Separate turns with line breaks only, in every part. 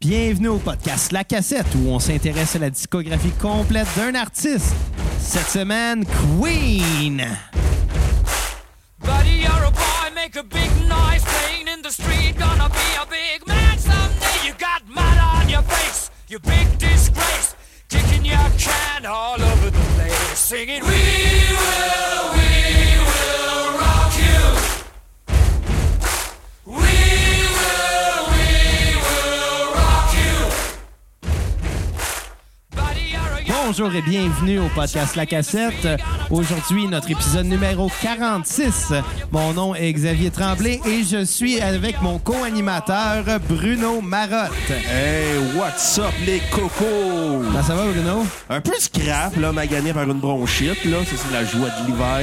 Bienvenue au podcast La Cassette où on s'intéresse à la discographie complète d'un artiste. Cette semaine, Queen.
Buddy, you're a boy, make a big noise playing in the street. Gonna be a big man someday. You got mud on your face, you big disgrace. Kicking your can all over the place, singing, We will, we will rock you. We will, we will rock you. Buddy, you're a young
Bonjour et
man
bienvenue
on
au
a
podcast La Cassette. Aujourd'hui, notre épisode numéro 46. Mon nom est Xavier Tremblay et je suis avec mon co-animateur Bruno Marotte.
Hey, what's up les cocos?
Comment ça va, Bruno?
Un peu scrap, là, magané par une bronchite, là. Ça, c'est la joie de l'hiver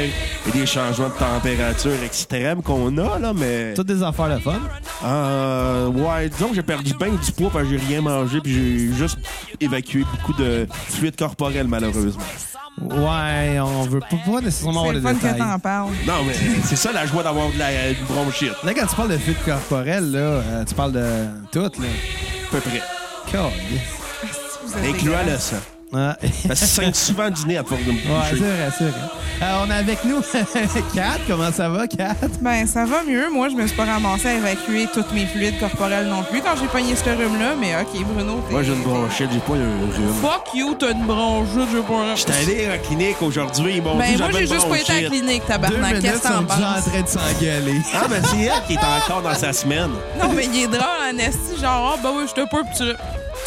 et des changements de température extrêmes qu'on a, là, mais...
Toutes des affaires de fun.
Euh, ouais, disons que j'ai perdu bien du poids parce que j'ai rien mangé puis j'ai juste évacué beaucoup de fluides corporelles, malheureusement.
Ouais, on veut pas, pas nécessairement avoir
C'est
les
le fun
détails.
que t'en parles.
Non, mais c'est ça la joie d'avoir de la une bronchite,
Là, quand tu parles de fuite corporelle, là, euh, tu parles de tout, là.
à peu près.
Câlisse.
Vous êtes
Incluant le
dégueulasse.
sang.
Ah.
Parce que c'est souvent du nez à force de me
Ouais, c'est
boucher.
vrai, c'est vrai. Euh, on est avec nous Kat. Comment ça va, Kat?
Ben, ça va mieux. Moi, je me suis pas ramassée à évacuer toutes mes fluides corporels non plus quand j'ai pogné ce rhume-là, mais OK, Bruno. t'es-
Moi, j'ai une bronchite, j'ai pas un rhume.
Fuck you, t'as une bronchite, j'ai pas un rhume.
J'étais allé à la clinique aujourd'hui, ils m'ont dit
Ben, moi,
j'avais
j'ai
une
juste pas été à la
bronchite.
clinique,
Deux
tabarnak.
minutes,
Qu'est-ce que t'en
sont déjà en
penses?
train de s'engueuler.
Ah, mais c'est elle qui est encore dans sa semaine.
Non, mais il est drôle, en esti. Genre, oh, ben oui, je te peux, tu.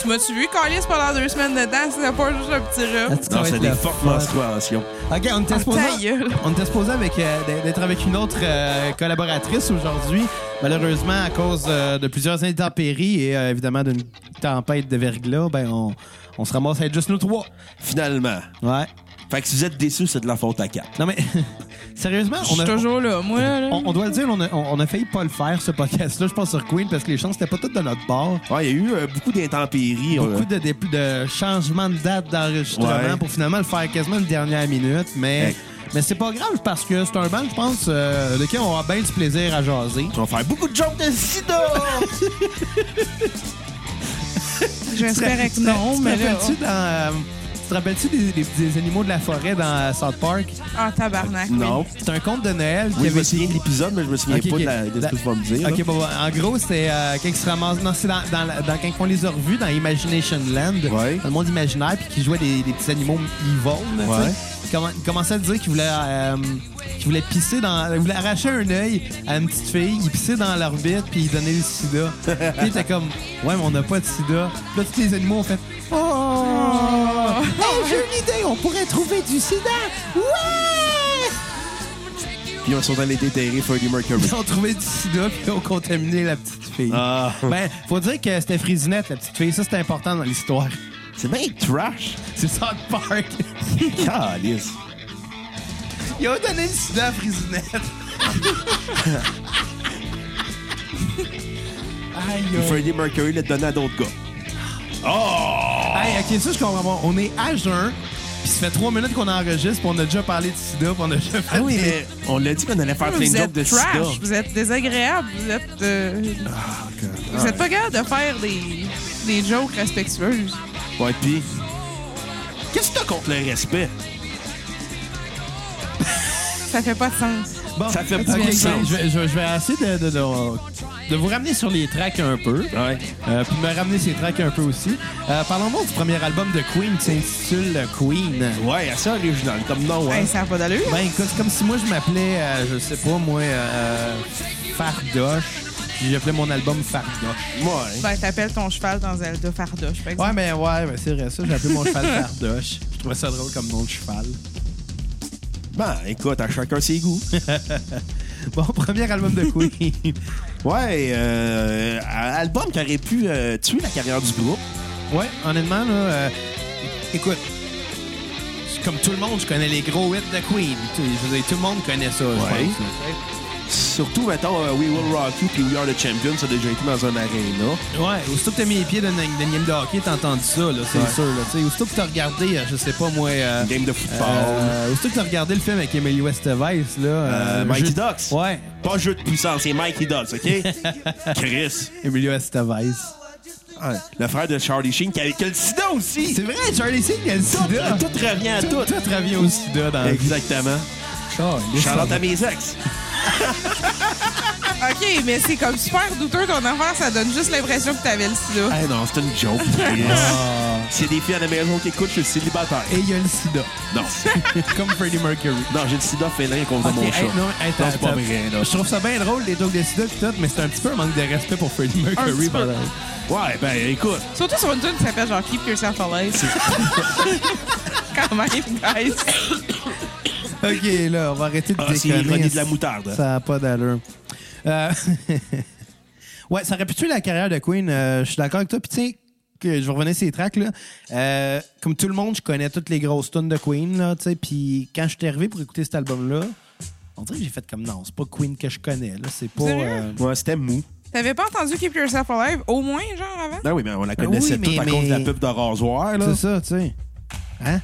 Tu m'as-tu vu, Carlis, pendant deux semaines de temps? C'était pas juste un petit rhume.
Est-ce que ça
Non,
va
c'est
être
des
le
fortes
fun?
menstruations.
OK, on était
Ah,
supposé,
ta gueule.
on était supposé avec, euh, d'être- d'être avec une autre euh, collaboratrice aujourd'hui. Malheureusement, à cause euh, de plusieurs intempéries et euh, évidemment d'une tempête de verglas, ben on, on se ramasse à être juste nous trois.
Finalement.
Ouais.
Fait que si vous êtes déçus, c'est de la faute à quatre.
Non, mais sérieusement,
Je
on
suis
a,
toujours là, moi, là.
on, on doit le dire, on a, on a failli pas le faire, ce podcast-là, je pense, sur Queen, parce que les chances n'étaient pas toutes de notre bord.
Ouais, il y a eu euh, beaucoup d'intempéries. euh, on-
Beaucoup de, dé- de changements de date d'enregistrement
Ouais.
pour finalement le faire quasiment une dernière minute, mais,
Hey.
mais c'est pas grave parce que c'est un band, je pense, euh, lequel on aura bien du plaisir à jaser.
On va faire beaucoup de jokes de sida!
J'espérais que non,
tu te
mais là.
rappelles-tu dans, euh, tu te rappelles-tu des, des- des animaux de la forêt dans euh, South Park?
Ah, tabarnak. oui.
non.
C'est un conte de Noël qui
Oui, je
avait
me souviens de l'épisode, mais je me souviens
Ok,
pas
ok.
de, la- de ce que tu vas me dire.
Ok,
là.
bon, bon, en gros, c'est euh, quand ils se ramassent. Non, c'est dans, dans, la- dans- quand ils font les revues dans Imagination Land,
Ouais.
dans le monde imaginaire, puis qu'ils jouaient des, des petits animaux evil. là, tu
Ouais.
sais. Ils commen- Ils commençaient à dire qu'ils voulaient, euh, qu'ils voulaient pisser dans. Ils voulaient arracher un œil à une petite fille, ils pissaient dans l'orbite, puis ils donnaient le sida. puis ils étaient comme, ouais, mais on n'a pas de sida. Puis là, tous les animaux ont fait, oh! Hey, j'ai une idée, on pourrait trouver du sida! Ouais!
Puis on sont allés déterrer Freddie Mercury.
Ils ont trouvé du sida, puis ils ont contaminé la petite fille.
Ah.
Ben, faut dire que c'était Frisinette, la petite fille. Ça, c'était important dans l'histoire.
C'est bien trash.
C'est South Park.
Calice.
Ils ont donné le sida à Frisinette. Aïe, aïe.
Freddie Mercury l'a donné à d'autres gars.
Hey, ok, ça, je comprends pas. On est à jeun, puis ça fait trois minutes qu'on enregistre, puis on a déjà parlé de sida, puis on a déjà fait des-
Ah mais on l'a dit qu'on allait faire Ah, plein de
Vous
jokes
êtes
de
trash,
sida.
vous êtes désagréable, vous êtes. euh,
Ah,
vous êtes pas capable de faire des, des jokes respectueuses.
Ouais, pis. Qu'est-ce que t'as contre le respect?
Ça fait pas de sens.
Bon,
ça fait
ok,
beaucoup de
ok,
sens.
Je, vais- je vais- je vais essayer de, de- de- de vous ramener sur les tracks un peu.
Ouais.
Euh, puis me ramener ses tracks un peu aussi. Euh, Parlons-moi du premier album de Queen qui s'intitule euh, Queen.
Ouais, assez original comme nom, hein.
Hey, ça a pas d'allure.
Ben écoute, c'est comme si moi je m'appelais, euh, je sais pas moi, euh, Fardoche. Puis j'appelais mon album Fardoche.
Ouais.
Ben, t'appelles ton cheval dans Zelda Fardoche, par exemple.
Ouais, mais ouais, mais c'est vrai ça, j'ai appelé mon cheval Fardoche. Je trouvais ça drôle comme nom de cheval.
Ben, écoute, à chacun ses goûts.
Bon, premier album de Queen.
Ouais, euh, un album qui aurait pu euh, tuer la carrière du groupe.
ouais, honnêtement, là, euh, écoute, c'est comme tout le monde, je connais les gros hits de Queen. Tu- Je veux dire, tout le monde connaît ça, je
Ouais.
pense, là.
Surtout, mettons, euh, We Will Rock You puis We Are the Champions, ça a déjà été dans un arena.
Ouais, aussitôt que t'as mis les pieds d'un d'un game de hockey, t'as entendu ça, là, c'est
Ouais.
sûr. Là, tu sais. aussitôt que t'as regardé, euh, je sais pas moi... euh,
Une game de football.
euh, aussitôt que t'as regardé le film avec Emily Westvice, là... euh,
Mighty
jeu-
Ducks.
Ouais,
Pas jeu de puissance, c'est Mikey Dodds, OK? Chris.
Emily Westvice.
Ouais. Le frère de Charlie Sheen qui a, qui a le sida aussi.
C'est vrai, Charlie Sheen, il a le
Tout, euh,
sida.
tout revient à tout.
Tout revient au sida
Ah
dans la vie.
Exactement. Charlotte à mes ex.
OK, mais c'est comme super douteux ton affaire. Ça donne juste l'impression que t'avais le sida.
Eh non, c'est une joke. Chris. S'il y a des filles à la maison qui écoutent, je suis célibataire.
Et il y a le sida.
Non.
Comme Freddie Mercury.
Non, j'ai le sida félin contre
Ok,
Ah, mon
hey,
chat.
non, hey, t'as-
c'est pas
t'as-
vrai, là.
Je trouve ça bien drôle, les jokes de sida pis tout, mais c'est un petit peu un manque de respect pour Freddie
Un petit
Mercury.
peu.
pendant-
Ouais, ben écoute.
Surtout sur une tune qui s'appelle genre Keep Yourself Alive. Quand même, guys.
Ok, là, on va arrêter de
Ah, c'est
déconner.
l'ironie de la moutarde.
Ça n'a pas d'allure. Euh, ouais, ça aurait pu tuer la carrière de Queen. euh, je suis d'accord avec toi. Puis tu sais, que je vais revenir sur les tracks. Là. Euh, comme tout le monde, je connais toutes les grosses tunes de Queen. Là, tu sais. puis quand je suis arrivé pour écouter cet album-là, on dirait que j'ai fait comme non, c'est pas Queen que je connais. Là. C'est pas.
Sérieux?
euh,
Ouais, c'était mou.
T'avais pas entendu Keep Yourself Alive, au moins, genre, avant?
Non, Ben oui, mais on la connaissait
Ben Oui, mais-
toute à cause de la
mais-
pub de rasoir, là.
c'est ça, tu sais. Hein?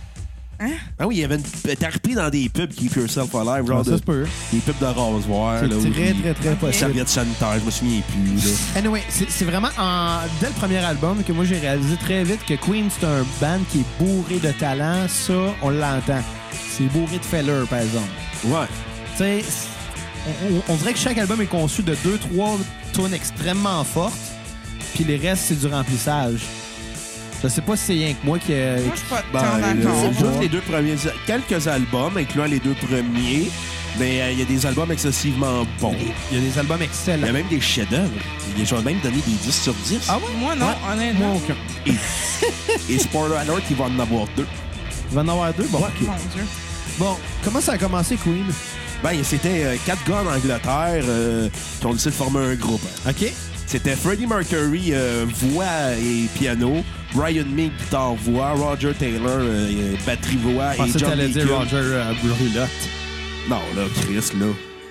Ah oui, il y avait une. T'as repris dans des pubs Keep Yourself Alive, genre.
Ouais, ça
de-
se peut.
Des pubs de rasoir,
C'est
là.
très,
où-
très, très possible.
Serviette sanitaire, je me souviens plus, là.
Anyway, c'est c'est vraiment en- dès le premier album que moi j'ai réalisé très vite que Queen c'est un band qui est bourré de talent. Ça, on l'entend. C'est bourré de fellers, par exemple.
Ouais.
Tu sais, c'est- on, on- on dirait que chaque album est conçu de deux, trois tunes extrêmement fortes, puis les restes c'est du remplissage. Je sais pas si c'est rien que moi qui. euh,
Moi, je suis pas
Ben,
tant
là,
d'accord.
c'est juste les deux premiers. Quelques albums, incluant les deux premiers, mais euh, il y a des albums excessivement bons.
Il y a des albums
Il y
excellents.
a même des chefs-d'œuvre. Ils ont même donné des 10 sur 10.
Ah ouais?
Moi, non,
Moi,
honnêtement.
aucun.
Et spoiler alert, il va en avoir deux.
Il va en avoir deux. Bon, ok.
Mon Dieu.
Bon, comment ça a commencé, Queen?
Ben, c'était euh, quatre gars en Angleterre euh, qui ont décidé de former un groupe.
OK?
C'était Freddie Mercury, euh, voix et piano, Brian May, guitare, voix, Roger Taylor, euh, batterie, voix,
Je pensais
et
que
John
Ah, t'allais
Deacon.
dire Roger euh, Brulotte.
Non, là, Chris, là.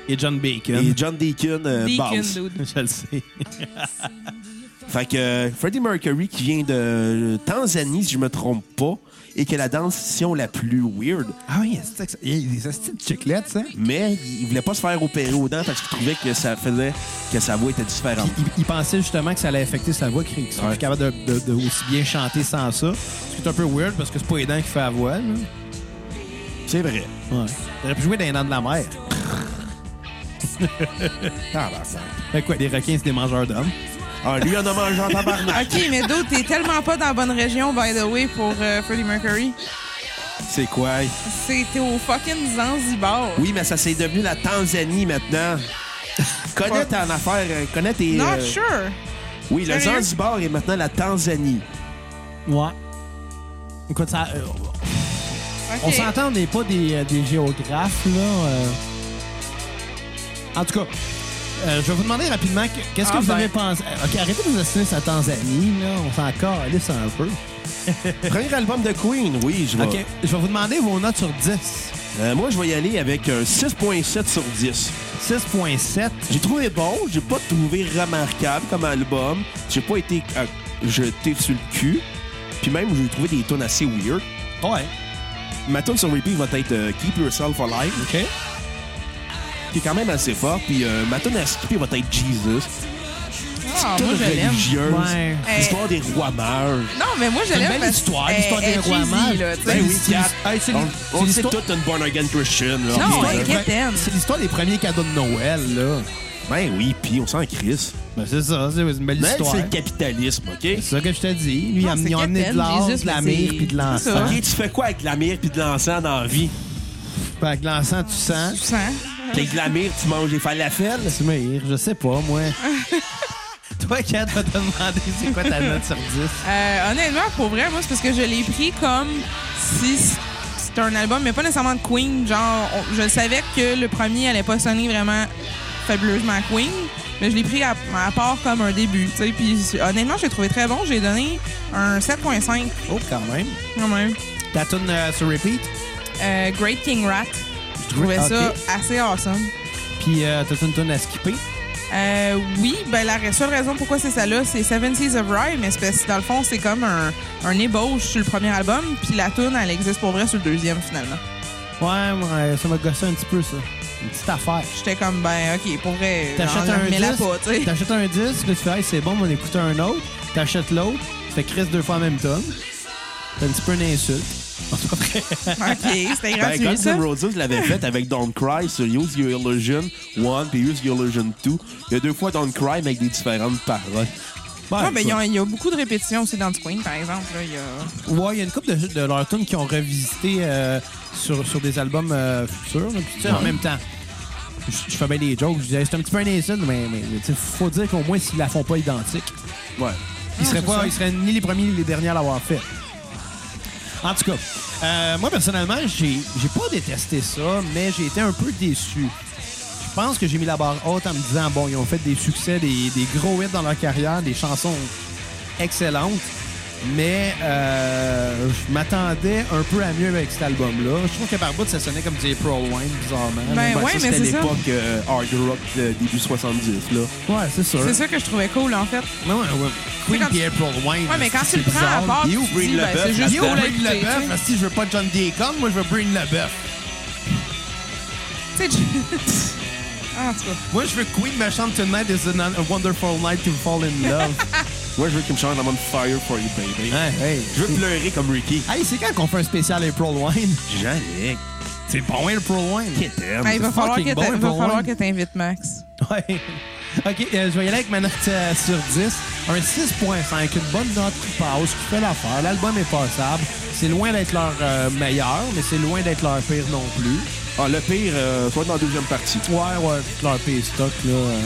Et John Bacon.
Et John Deacon, euh,
Deacon,
basse.
dude.
Je le sais.
Fait que euh, Freddie Mercury qui vient de euh, Tanzanie, si je me trompe pas, et qui est la dansion la plus weird.
Ah oui, c'est ça que ça- il y a des astuces de chiclettes, hein? ça.
Mais il il voulait pas se faire opérer aux dents parce qu'il trouvait que ça faisait que sa voix était différente.
Puis il, il pensait justement que ça allait affecter sa voix, qu'il serait
Ouais.
plus capable de, de- de aussi bien chanter sans ça. Ce qui est un peu weird parce que c'est pas les dents qui fait la voix. Là.
C'est vrai.
Ouais. Il aurait pu jouer dans les dents de la mer.
Ah, ben, ça.
Fait quoi, les requins, c'est des mangeurs d'hommes.
Ah, lui, on a mangé en tabarnak.
OK, mais d'autres, t'es tellement pas dans la bonne région, by the way, pour euh, Freddie Mercury.
C'est quoi?
C'était au fucking Zanzibar.
Oui, mais ça s'est devenu la Tanzanie maintenant. Connais ta affaire, euh, connais tes.
Not
euh,
sure.
Oui, le
Sérieux?
Zanzibar est maintenant la Tanzanie.
Ouais. Écoute, ça, euh, on
OK.
s'entend, on n'est pas des, euh, des géographes, là. euh. En tout cas, euh, je vais vous demander rapidement que- qu'est-ce que
Ah
vous
ben.
avez pensé. euh, OK, arrêtez de vous assumer sur la Tanzanie, là. On s'en calisse un peu.
Premier album de Queen, oui, je vais.
OK, je vais vous demander vos notes sur 10.
Euh, moi, je vais y aller avec un 6.7 sur 10.
6.7.
J'ai trouvé bon, j'ai pas trouvé remarquable comme album. J'ai pas été euh, jeté sur le cul. Puis même, j'ai trouvé des tonnes assez weird.
Ouais.
Ma tune sur repeat va être euh, Keep Yourself Alive,
OK.
qui est quand même assez fort. Puis euh, ma tune à skipper va être Jesus.
Ah,
Tune
moi, je l'aime.
religieuse.
Ouais.
L'histoire des rois mages.
Non, mais moi, je
C'est une
l'aime.
belle
parce-
histoire,
elle-
l'histoire des
elle est
rois
cheesy,
mages.
là, tu sais.
Ben oui,
c'est-
Kat.
hey, c'est l'hi-
On,
c'est
on sait
l'histoire-
toute une born again Christian. Là,
Non,
Puis,
elle
euh,
est quétaine.
C'est l'histoire des premiers cadeaux de Noël, là.
Ben oui, puis on s'en crisse.
Ben, c'est ça, Ben, c'est Ah, une belle
Mais elle,
histoire.
c'est le capitalisme, OK?
C'est ça que je te dis. Lui,
Non,
il a-
c'est
ils ont amené de
capitaine,
l'or,
Jesus,
de la
mais
mire,
c'est-
puis de
c'est ça.
l'encens.
OK, tu fais quoi avec de la mire puis de l'encens dans la vie?
Fait Avec l'encens, tu
Je
sens.
sens.
Puis avec de la mire, tu manges des falafels?
Tu mires, je sais pas, moi. Toi, Kat, va te demander c'est quoi ta note sur 10.
Euh, honnêtement, pour vrai, moi, c'est parce que je l'ai pris comme si c- c'était un album, mais pas nécessairement de Queen. Genre, on- je savais que le premier allait pas sonner vraiment fabuleusement Queen, mais je l'ai pris à, à part comme un début. tu sais. Puis c'est- honnêtement, j'ai trouvé très bon. J'ai donné un 7.5
Oh, quand même.
quand même.
Ta tune euh, sur repeat.
Euh, Great King Rat. Je trouvais
Ok.
ça assez awesome.
Puis euh, t'as une tune à skipper.
Euh, oui, ben la ra- seule raison pourquoi c'est ça là, c'est Seven Seas of Rye, mais c'est parce que dans le fond, c'est comme un, un ébauche sur le premier album, puis la tune elle existe pour vrai sur le deuxième finalement.
Ouais, ouais, ça m'a gossé un petit peu, ça. Une petite affaire.
J'étais comme ben ok, pour vrai,
T'achètes un
mais la
disque,
pas, tu sais.
t'achètes un disque, là, tu fais, Hey, c'est bon, on écoute un autre. T'achètes l'autre, tu fais Chris deux fois en même tome. C'est un petit peu une insulte.
OK, c'était
Ben,
gratuit,
Guns
ça.
N' Roses l'avait fait avec Don't Cry sur Use Your Illusion 1 puis Use Your Illusion 2. Il y a deux fois Don't Cry, mais avec des différentes paroles.
Ouais, ben, il y a- il y a beaucoup de répétitions aussi dans du Queen, par exemple. là, il y a-
Ouais, il y a une couple de, de leurs tunes qui ont revisité euh, sur, sur des albums euh, futurs. là. Puis, tu sais, en même temps, je je fais bien des jokes. Je disais, c'est un petit peu un insulte, mais, mais tu sais, faut dire qu'au moins, s'ils la font pas identique,
Ouais.
ils seraient,
Ah, c'est
pas,
ça.
ils seraient ni les premiers ni les derniers à l'avoir fait. En tout cas, euh, moi, personnellement, j'ai j'ai pas détesté ça, mais j'ai été un peu déçu. Je pense que j'ai mis la barre haute en me disant, bon, ils ont fait des succès, des, des gros hits dans leur carrière, des chansons excellentes, mais euh, je m'attendais un peu à mieux avec cet album-là. Je trouve que par bout, ça sonnait comme du April Wine, bizarrement.
Ben,
Ben,
ouais,
ça,
mais
c'était
c'est ça.
l'époque euh, hard rock euh, début 70, là.
ouais, c'est sûr.
C'est ça que je trouvais cool, en fait.
Ouais, ouais, ouais. Queen
quand
puis
tu-
April Wine.
Ouais, mais quand tu
c'est
le prends à
bizarre.
part, tu
You
te
bring
dis,
the
ben,
bœuf,
c'est juste
Yo,
pour la
Brune
lutter, tu sais.
Leboeuf, si je veux pas John Deacon, moi je veux Brune Leboeuf.
Tu sais, je- Ah, en tout cas.
Moi je veux Queen, ma chante tonight is an- a wonderful night to fall in love.
Moi, je veux qu'il me change la mode Fire for You, baby.
hey, hey.
Je veux pleurer comme Ricky.
Hey, c'est quand qu'on fait un spécial April Wine?
J'allais.
C'est bon, April Wine.
Qui t'aime?
Ben, il va falloir
fucking
que t'a-
bon,
il va
pour moi.
falloir que t'invites Max.
Ouais. Ok, euh, je vais y aller avec ma note euh, sur 10. Un 6.5, une bonne note qui passe, qui fait l'affaire. L'album est passable. C'est loin d'être leur euh, meilleur, mais c'est loin d'être leur pire non plus.
Ah, le pire, euh, soit dans la deuxième partie.
Ouais, ouais, leur pire stock, là. euh,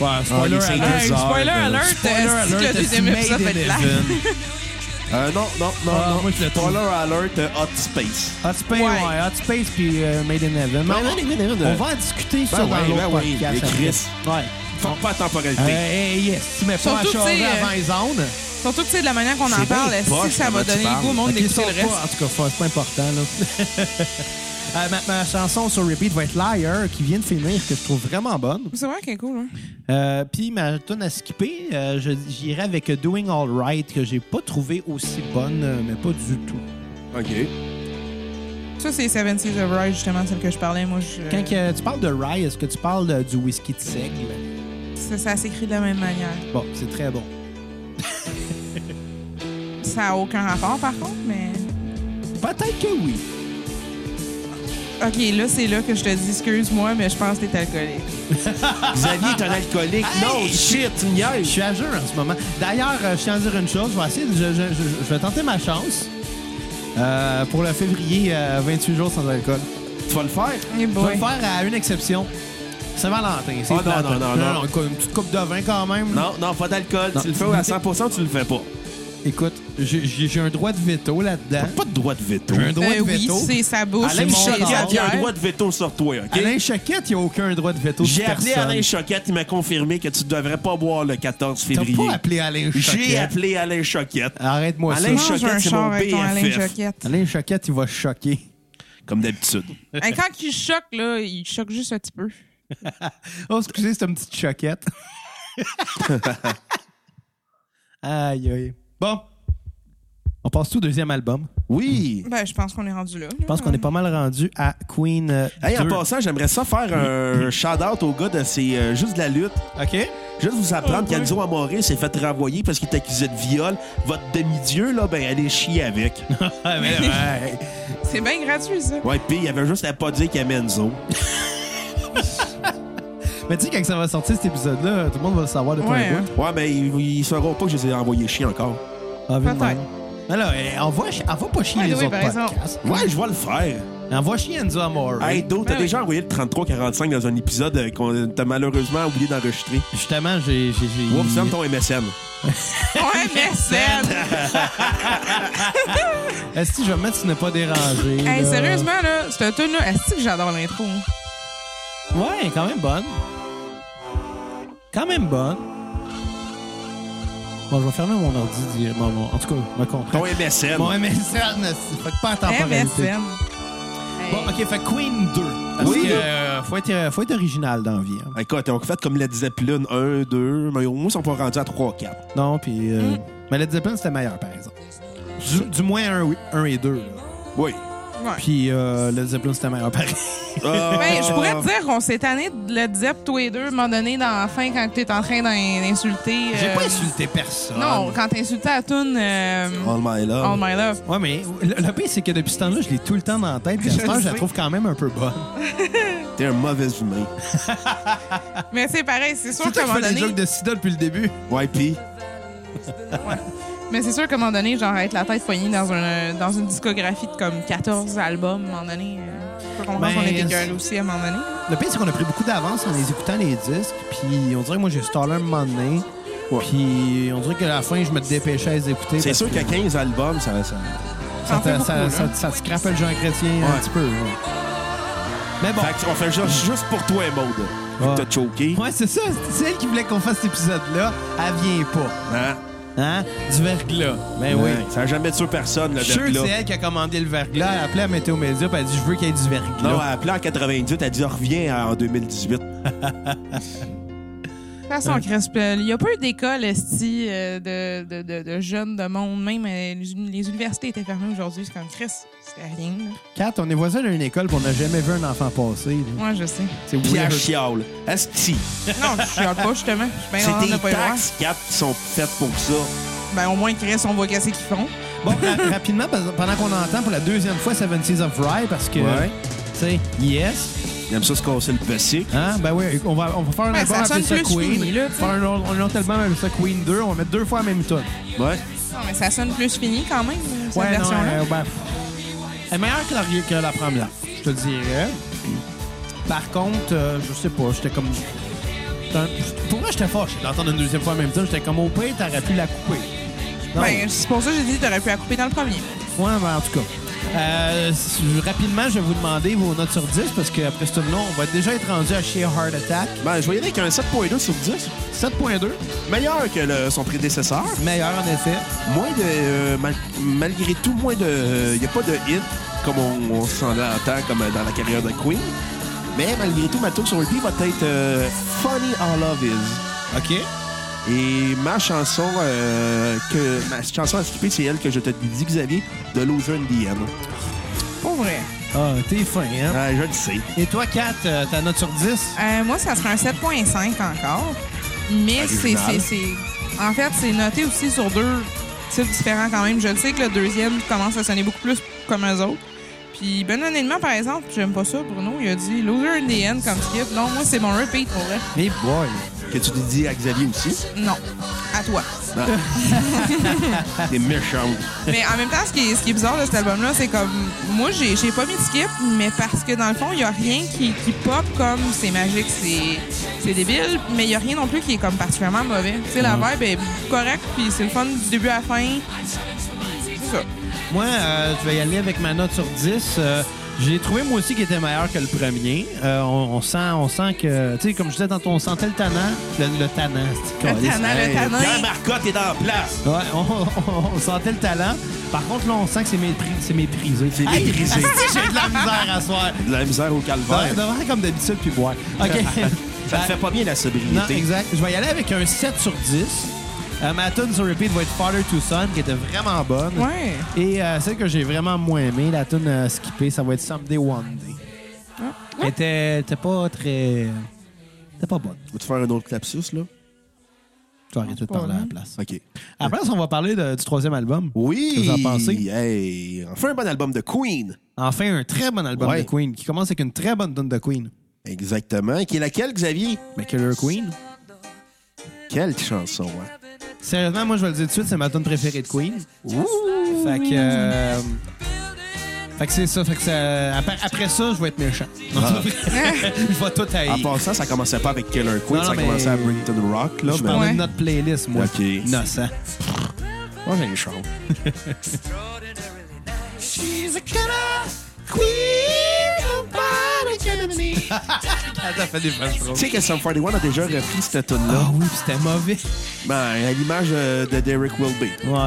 Ouais, spoiler
Ah, les singles.
alert.
Hey, spoiler
euh,
alert!
Spoiler
euh, si
alert,
le deuxième
it's made
épisode va
in
être là.
heaven.
Euh, non, non, non,
Ah,
non.
moi, je le trouve.
Spoiler alert, euh, Hot Space.
Hot Space,
Ouais.
Ah, ouais. Hot Space puis euh, Made in Heaven.
Non,
Mais
non,
on-
Made in Heaven,
On
euh,
va en discuter ça
ben
dans
ouais,
l'autre
ben oui,
podcast.
les Chris.
après. Ouais.
Faut pas à temporalité.
Euh, hey, yes, tu mets pas à
Surtout, tu
charrer
sais, euh,
avant les zones.
Surtout que tu sais, de la manière qu'on en
C'est
parle,
bien
est-ce que
poche,
ça va
comment tu
donner le
parles.
goût au monde
Ok,
d'écouter
sort
le reste?
pas. En tout cas, faut- c'est pas important. Là. Euh, ma, ma chanson sur repeat va être Liar, qui vient de finir, que je trouve vraiment bonne.
C'est vrai qu'elle est cool, hein?
Euh, Puis ma tune à skipper, euh, je- j'irai avec Doing All Right, que j'ai pas trouvé aussi bonne, euh, mais pas du tout.
OK.
Ça, c'est Seven Seas of Rye, justement, celle que je parlais. Moi, je...
Quand que tu parles de rye, est-ce que tu parles de- du whisky de sec?
ça, ça s'écrit de la même manière.
Bon, c'est très bon.
Ça n'a aucun rapport, par contre, mais...
Peut-être que oui.
OK, là, c'est là que je te dis, excuse-moi, mais je pense que t'es alcoolique.
Xavier est un alcoolique.
Hey!
Non, shit, tu me
Je
niaises.
suis à jour en ce moment. D'ailleurs, euh, je tiens à dire une chose. Je vais essayer. de- Je, je- je- je vais tenter ma chance euh, pour le février euh, 28 jours sans alcool.
Tu vas le faire?
Eh
Je vais
boy.
le faire à une exception. C'est Valentin. C'est
Ah, non,
plate.
non, non, non.
Une petite coupe de vin quand même.
Non, non, pas d'alcool.
Non.
Tu le fais à 100 tu le fais pas.
Écoute, j'ai- j'ai j'ai un droit de veto là-dedans.
Pas de droit de veto.
J'ai un droit
Ben
de
oui,
veto.
c'est sa bouche.
Alain
une
Choquette,
chaise
il
en
Choquette, il y a un
pierre.
droit de veto sur toi, OK?
Alain Choquette, il n'y a aucun droit de veto. de
J'ai appelé
personne.
Alain Choquette, il m'a confirmé que tu devrais pas boire le 14
T'as
février.
pas appelé Alain Choquette.
J'ai appelé Alain Choquette.
Arrête-moi ça.
Alain
Mange
Choquette,
un
c'est
char
mon
avec ton Alain
BFF.
Choquette.
Alain Choquette, il va choquer.
Comme d'habitude.
Hey, Quand il choque, là, il choque juste un petit peu.
Oh, excusez, c'est une petite choquette. aïe, aïe. Bon. On passe tout au deuxième album.
Oui.
Ben, je pense qu'on est rendu là.
Je pense qu'on est pas mal rendu à Queen. euh,
Hey, en
deux.
passant, j'aimerais ça faire un shout-out au gars de C'est euh, juste de la lutte.
OK?
Juste vous apprendre
Ah,
qu'Alzo Amoré s'est fait renvoyer parce qu'il est accusé de viol. Votre demi-dieu, là, ben, allez chier avec.
Ouais, mais là, ouais.
C'est bien gratuit, ça.
Ouais, pis il avait juste à pas dire qu'il aimait Enzo.
mais tu sais, quand ça va sortir cet épisode-là, tout le monde va le savoir de toi
Ouais,
et
hein.
Ouais, mais ils, ils sauront pas que je les ai envoyés chier encore.
Peut-être. Ah, Mais là, eh, on va, chi- on va pas chier
Ouais,
les
Ben oui,
autres
par exemple.
podcasts.
Ouais, je vais le faire.
On va chier Enzo Amore.
Hey, Do, t'as
Ben oui.
déjà envoyé le 33-45 dans un épisode euh, qu'on t'a malheureusement oublié d'enregistrer.
Justement, j'ai... j'ai- j'ai-
Mm.
Oups, ferme ton MSN.
Ouais, mais c'est...
Est-ce que je vais me mettre si ce n'est pas dérangé?
Hey,
là?
sérieusement, là, cette tune-là, est-ce que j'adore l'intro? hein?
Ouais, quand même bonne. Quand même bonne. Bon, je vais fermer mon ordi. dire- Bon, bon, en tout cas, ma
Ton
contrat.
MSN.
Mon MSN, c'est- fait que pas en temporalité.
MSN.
Bon, OK, fait Queen 2.
Oui.
que, euh, faut, être, euh, faut être original dans la vie. hein.
Écoute, on fait comme Led Zeppelin 1, 2, mais au moins ils sont pas rendus à 3, 4.
Non, puis...
Mm.
euh, Mais Led Zeppelin, c'était meilleur, par exemple. Du, du moins, un, oui- un et deux. là.
Oui.
Ouais.
Puis euh, Led Zeppelin, c'était meilleur pareil.
Ah.
Euh.
Ben, je pourrais te dire qu'on s'est tanné de le Zepp tous les deux, à un moment donné, dans la fin, quand t'es en train d'in- d'insulter.
J'ai
euh,
pas insulté personne.
Non, quand t'insultais à Toon euh,
All my
Oh,
love.
All My Love.
Ouais, mais le, le pire, c'est que depuis ce temps-là, je l'ai tout le temps dans la tête. Puis à ce
Je
temps,
le
je la
sais.
trouve quand même un peu bonne.
T'es un mauvais humain.
Mais c'est pareil, c'est sûr
C'est toi
qu'à un
qui
moment
fais des
donné.
jokes de sida depuis le début.
Ouais, pis.
Mais c'est sûr qu'à un moment donné, genre, être la tête poignée dans, un, dans une discographie de comme 14 albums, à un moment donné. euh, Je peux comprendre
Ben,
qu'on était
c'est-
gueule aussi à un moment donné.
Le pire, c'est qu'on a pris beaucoup d'avance en les écoutant les disques. Puis on dirait que moi, j'ai stallé un moment donné. Puis on dirait qu'à la fin, je me dépêchais à les écouter.
C'est
parce
sûr
que
qu'à 15 albums, ça. ça...
ça,
en fait
te-
beaucoup,
ça,
là.
ça- ça te scrape le Jean Chrétien un
Ouais.
petit peu. ouais. Mais bon.
Fait qu'on fait juste, juste pour toi, Maud. Vu que
Ah.
T'as choqué.
Ouais, c'est ça. C'est celle qui voulait qu'on fasse cet épisode-là. Elle vient pas.
Hein?
Hein? Du verglas. Ben oui.
Ouais. Ça n'a jamais tué personne, le
Je suis sûr
deck
que
là.
c'est elle qui a commandé le verglas. Elle a appelé à Météo Média puis elle a dit Je veux qu'il y ait du verglas.
Non, elle a appelé en 98, elle a dit reviens en 2018.
De toute façon, Crespo, il n'y a pas eu d'école esti euh, de, de, de, de jeunes de monde. Même euh, les, uni- les universités étaient fermées aujourd'hui. C'est comme Chris, c'était rien. là.
Kat, on est voisins d'une école puis on n'a jamais vu un enfant passer. là.
Moi, je sais.
C'est
Puis
weird.
elle chiale. Esti.
Non, je suis pas justement. Je suis bien
C'est
content de
des
pas y voir.
taxes cap qui sont faites pour ça.
Ben, au moins, Chris, on voit qu'est-ce qu'ils font.
Bon, ra- rapidement, parce- pendant qu'on entend pour la deuxième fois Seven Seas of Rye, parce que.
Ouais.
Tu sais, yes.
J'aime ça se casser le pessic.
Hein? Ben oui, on va, on va faire un
Ben,
album
ça
avec
sonne
ça
plus
Queen.
fini, là, tu sais.
faire un autre, un autre album avec ça Queen 2. On va mettre deux fois la même tune.
Ouais.
Non, mais ça sonne plus fini quand même, cette
non,
version-là.
euh, ben, pff. Elle est meilleure que la, que la première, je te le dirais. Par contre, euh, je sais pas, j'étais comme. j'étais un- Pour moi, j'étais fâché d'entendre une deuxième fois en même temps. J'étais comme au pire, t'aurais pu la couper. Non.
Ben, c'est pour ça que j'ai dit que t'aurais pu la couper dans le premier.
Ouais, mais en tout cas. Euh, s- rapidement, je vais vous demander vos notes sur 10 parce qu'après ce tournoi, on va déjà être rendu à Sheer Heart Attack.
Ben, je voyais avec un 7.2 sur 10.
7.2,
Meilleur que le- son prédécesseur.
meilleur en effet.
Moins de. euh, mal- malgré tout, moins de. Il n'y a pas de hit comme on, on s'en entend comme euh, dans la carrière de Queen. Mais malgré tout, ma tour sur le pied va être euh, Funny All Love Is.
OK.
Et ma chanson euh, que. Ma chanson à skipper, c'est elle que je te dis, Xavier, de Loser in the End.
Pour vrai.
Ah, t'es fin, hein?
Ah, je le sais.
Et toi, Kat, euh, ta note sur 10?
Euh, moi, ça serait un 7.5 encore. Mais c'est,
Original.
c'est, c'est- En fait, c'est noté aussi sur deux types différents quand même. Je le sais que le deuxième commence à sonner beaucoup plus comme eux autres. Puis, ben honnêtement, par exemple, j'aime pas ça, Bruno. Il a dit Loser in the End comme skip. Non, moi, c'est mon repeat pour vrai.
Hey boy.
Que tu dis à Xavier aussi.
Non. À toi.
T'es méchant.
Mais en même temps, ce qui est, ce qui est bizarre de cet album-là, c'est comme. Moi, j'ai j'ai pas mis de skip, mais parce que dans le fond, il y a rien qui, qui pop comme c'est magique, c'est c'est débile, mais il y a rien non plus qui est comme particulièrement mauvais. Tu sais, la vibe est correcte, puis c'est le fun du début à la fin. C'est ça.
Moi, euh, je vais y aller avec ma note sur 10. Euh, j'ai trouvé, moi aussi, qui était meilleur que le premier. Euh, on, on sent, on sent que... Tu sais, comme je disais tantôt, on sentait le tannant. Le, le tannant, c'est
Le
calice.
tannant, le tannant.
Pierre Marcotte est en place.
Ouais, on, on- on sentait le talent. Par contre, là, on sent que c'est mépris- c'est méprisé.
C'est méprisé.
Hey, j'ai de la misère à soir.
De la misère au
Ouais.
calvaire.
devrait comme d'habitude puis boire. OK. Euh,
Ça te fait pas bien la sobriété.
non, exact. Je vais y aller avec un 7 sur 10. Euh, ma tune sur repeat va être Father to Son, qui était vraiment bonne.
Ouais.
Et euh, celle que j'ai vraiment moins aimée, la tune euh, skippée, ça va être Someday One Day. Elle était, était pas très... C'était pas bonne.
Veux-tu faire un autre clapsus, là?
Tu vas arrêter de parler à la place.
OK.
À la place, on va parler de- du troisième album.
Oui!
Qu'est-ce que vous en pensez?
Hey, enfin un bon album de Queen.
Enfin, un très bon album
Ouais.
de Queen, qui commence avec une très bonne tune de Queen.
Exactement. Qui est laquelle, Xavier?
Mais Killer Queen?
Quelle chanson, hein?
Sérieusement, moi, je vais le dire tout de suite, c'est ma tune préférée de Queen. Fait que... euh, Fait que c'est ça. Fait que ça... Après, après ça, je vais être méchant. Non, c'est vrai. je vais tout haïr.
En passant, ça commençait pas avec Killer
Non,
Queen,
non,
ça
mais-
commençait à Brington Rock, là.
Je
mais-
parlais
Ouais.
de notre playlist, moi. hein.
Ok.
Innocent.
Moi, j'ai les chants.
Ça Ah, fait des
Tu sais que Sum 41 a déjà repris cette
Ah
tune-là.
oui, puis c'était mauvais.
Ben, à l'image euh, de Derek Wilby.
Ouais.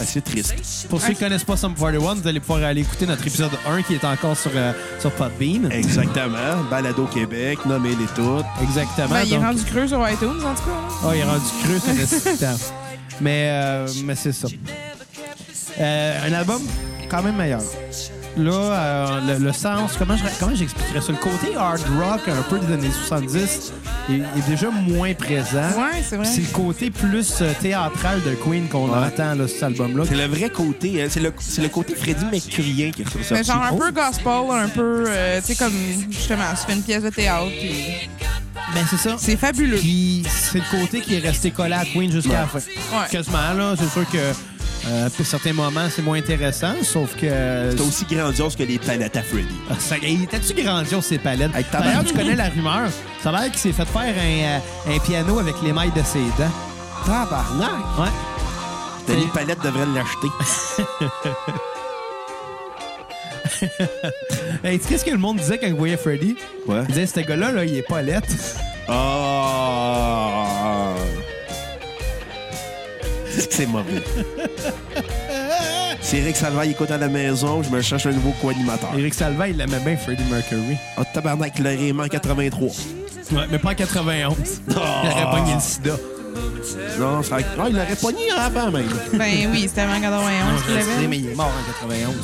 Assez triste.
Pour ceux qui connaissent pas Sum 41, vous allez pouvoir aller écouter notre épisode 1 qui est encore sur, euh, sur Podbean.
Exactement. Balado Québec, nommez-les toutes.
Exactement.
Ben, il est
donc-
rendu creux sur iTunes, en tout cas.
Ah, il est rendu creux, c'est restant. Mais, euh, mais c'est ça. Euh, un album quand même meilleur. là, euh, le, le sens, comment je- comment j'expliquerais ça? Le côté hard rock un peu des années 70 est, est déjà moins présent.
hein. Ouais, c'est vrai.
Puis C'est le côté plus euh, théâtral de Queen qu'on
Ouais.
entend là, sur cet album-là.
C'est le vrai côté, hein, c'est le, c'est le côté Freddy McCurien qui est ressorti.
Mais genre un
Oh.
peu gospel, un peu, euh, tu sais, comme justement, tu fais une pièce de théâtre, puis
Ben, c'est ça.
c'est fabuleux.
Puis c'est le côté qui est resté collé à Queen jusqu'à la fin.
Ouais.
Quasiment, là. C'est sûr que euh, pour certains moments, c'est moins intéressant, sauf que.
C'est aussi grandiose que les planètes à Freddy.
Ah, ça- hey, T'as-tu grandiose ces palettes?
Avec ta
D'ailleurs,
main.
tu connais la rumeur. Ça a l'air qu'il s'est fait faire un, euh, un piano avec les mailles de ses dents.
Tabarnak!
Ouais.
Denis Palette devrait l'acheter.
Hey, tu sais, qu'est-ce que le monde disait quand il voyait Freddy?
Ouais.
Il disait, ce gars-là, là, il est pas lettre.
Oh! C'est que c'est mauvais. Si Eric Salvaille écoute à la maison, je me cherche un nouveau co-animateur.
Eric Salva, il l'aimait bien, Freddie Mercury.
Oh, tabarnak, le Raymond 83.
Ouais, mais pas en 91. Il
Ah.
aurait pogné le sida.
Non, ça... Ah, il l'aurait pogné avant même.
Ben oui, c'était avant 91 qu'il
je le sais, mais
l'avait.
il est mort en 91.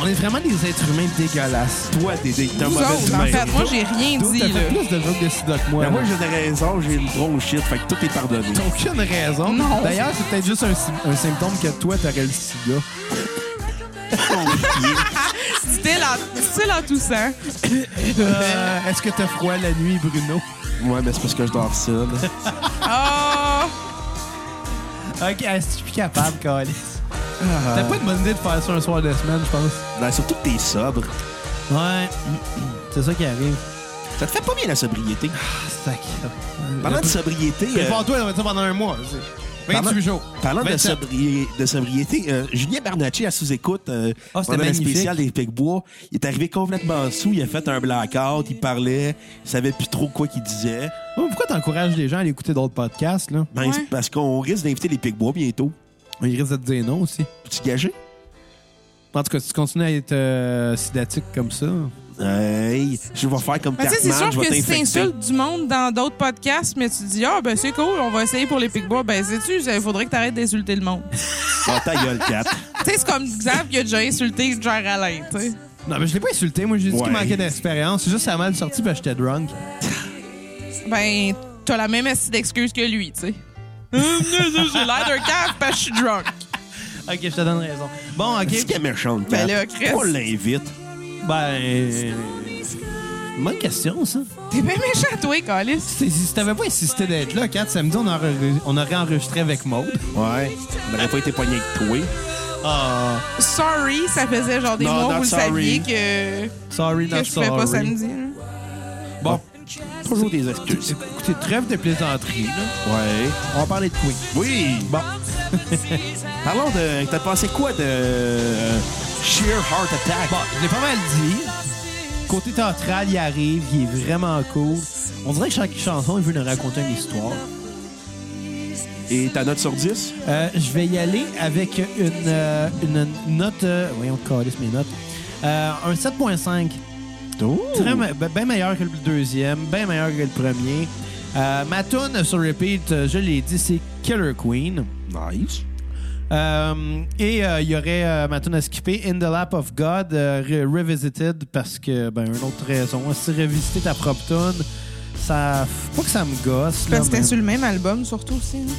On est vraiment des êtres humains dégueulasses.
Toi, t'es t'es un
Vous
mauvais
autres, en
hein?
humain.
fait, moi, j'ai rien
Toi, t'as
dit, là.
fait plus de jokes de sida que Ben moi.
Mais moi,
là.
j'ai des raisons, j'ai une bronchite, fait que tout est pardonné.
T'as aucune raison.
Non.
D'ailleurs, c'est peut-être juste un, sy- un symptôme que toi, t'aurais le sida.
Style en- Style en toussant.
Euh, Est-ce que t'as froid la nuit, Bruno?
Ouais, mais c'est parce que je dors ça. là.
Oh!
Ok, ah, est-ce que je suis plus capable, Calis? T'as pas de bonne idée de faire ça un soir de semaine, je pense.
Non, Ben, surtout que t'es sobre.
Ouais. C'est ça qui arrive.
Ça te fait pas bien la sobriété.
Ah, sac.
Parlant de sobriété. euh,
Prépare-toi, on va dire pendant un mois. c'est 28
Parlant-
jours.
Parlant de,
27.
sobri- de sobriété, euh, Julien Bernatchez à sous-écoute euh,
Ah, c'était
pendant le
magnifique.
spécial des Picbois, il est arrivé complètement sous, il a fait un blackout, il parlait, il savait plus trop quoi qu'il disait.
Oh, Pourquoi t'encourages les gens à aller écouter d'autres podcasts, là?
Ben,
Ouais.
c'est parce qu'on risque d'inviter les Picbois bientôt.
Ils risquent de te dire non aussi.
Tu gages?
En tout cas, si tu continues à être euh, sidatique comme ça.
Hey, je vais faire comme
Mais Ben, tu sais, c'est
Cartman, je
sûr
vais
que si
t'infecter.
t'insultes du monde dans d'autres podcasts, mais tu te dis, ah, ben c'est cool, on va essayer pour les Picbois, ben sais-tu, il faudrait que t'arrêtes d'insulter le monde.
Ah, ta gueule, Cap.
tu sais, c'est comme Xav qui a déjà insulté Jared Alain, tu sais.
Non, mais je l'ai pas insulté. Moi, j'ai dit
Ouais.
qu'il manquait d'expérience. C'est juste que ça a mal sorti parce que j'étais drunk.
Ben, t'as la même astuce d'excuse que lui, tu sais. Hum, J'ai l'air d'un cave parce que je suis drunk.
Ok, je te donne raison. Bon,
Qu'est-ce
ok.
qu'elle est méchante,
Ben
Cap?
là, Chris.
On l'invite.
Ben. Bonne question, ça.
T'es bien méchant, toi, Calis.
Si si t'avais pas insisté d'être là, 4 samedi, on, aurait- on aurait enregistré avec Maude.
Ouais. On n'aurait pas été pogné avec toi.
Ah,
Sorry, ça faisait genre des
Non,
mois,
not
vous le
sorry.
saviez que,
sorry,
que
not
je pouvais
sorry.
pas samedi. hein.
Bon,
Toujours des excuses.
écoutez, trêve de plaisanterie, là.
Ouais.
On va parler de Queen.
Oui.
Bon,
Parlons de. T'as pensé quoi de. euh, Sheer Heart Attack?
bon, je l'ai pas mal dit. Côté théâtral, il arrive, il est vraiment cool. On dirait que chaque chanson, il veut nous raconter une histoire.
Et ta note sur 10?
Euh, je vais y aller avec une, euh, une note... euh, voyons, calisse mes notes. Euh, un 7.5.
Oh,
Très me- ben ben meilleur que le deuxième, bien meilleur que le premier. Euh, ma tune sur repeat, euh, je l'ai dit, c'est Killer Queen.
Nice.
Euh, et euh, il y aurait euh, ma tune à skipper, In the Lap of God, euh, re- Revisited, parce que, ben, une autre raison. Si revisiter ta propre tune, ça. Pas que ça me gosse. là,
Parce que
mais-
c'était sur le même album, surtout aussi. hein.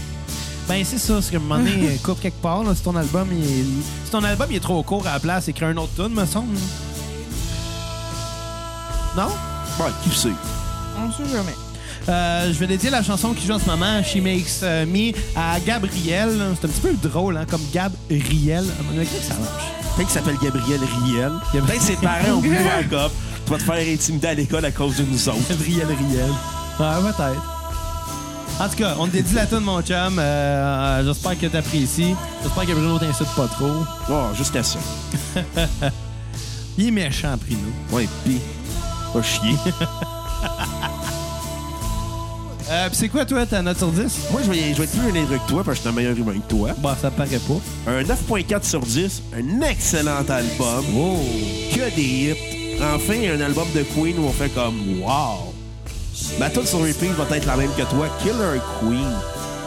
ben c'est ça, c'est que un moment donné, coupe quelque part, là, si ton album il est... Si ton album il est trop court à la place, écris un autre tune, me semble. Non?
Ouais, qui sait?
On sait jamais.
Euh, je vais dédier la chanson qui joue en ce moment, She Makes euh, Me, à Gabriel. C'est un petit peu drôle, hein, comme Gabriel. À mon avis, ça marche.
Peut-être qu'il s'appelle Gabriel Riel.
Gabriel-
Peut-être que ses parents ont pris un cop. Tu vas te faire intimider à l'école à cause de nous autres.
Gabriel Riel. Ouais, peut-être. En tout cas, on te dédie la tune, mon chum. Euh, J'espère que t'apprécies. J'espère que Bruno t'incite pas trop.
Oh, juste à ça.
Il est méchant, Bruno.
Ouais, pis. Pas chier.
Euh, pis c'est quoi, toi, ta note sur 10?
Moi, je vais, je vais être plus généreux que toi parce que je suis un meilleur humain que toi.
Bah, ça paraît pas.
Un 9.4 sur 10. Un excellent album.
Oh!
Que des hits. Enfin, un album de Queen où on fait comme Wow! Ma tune sur repeat va être la même que toi, Killer Queen.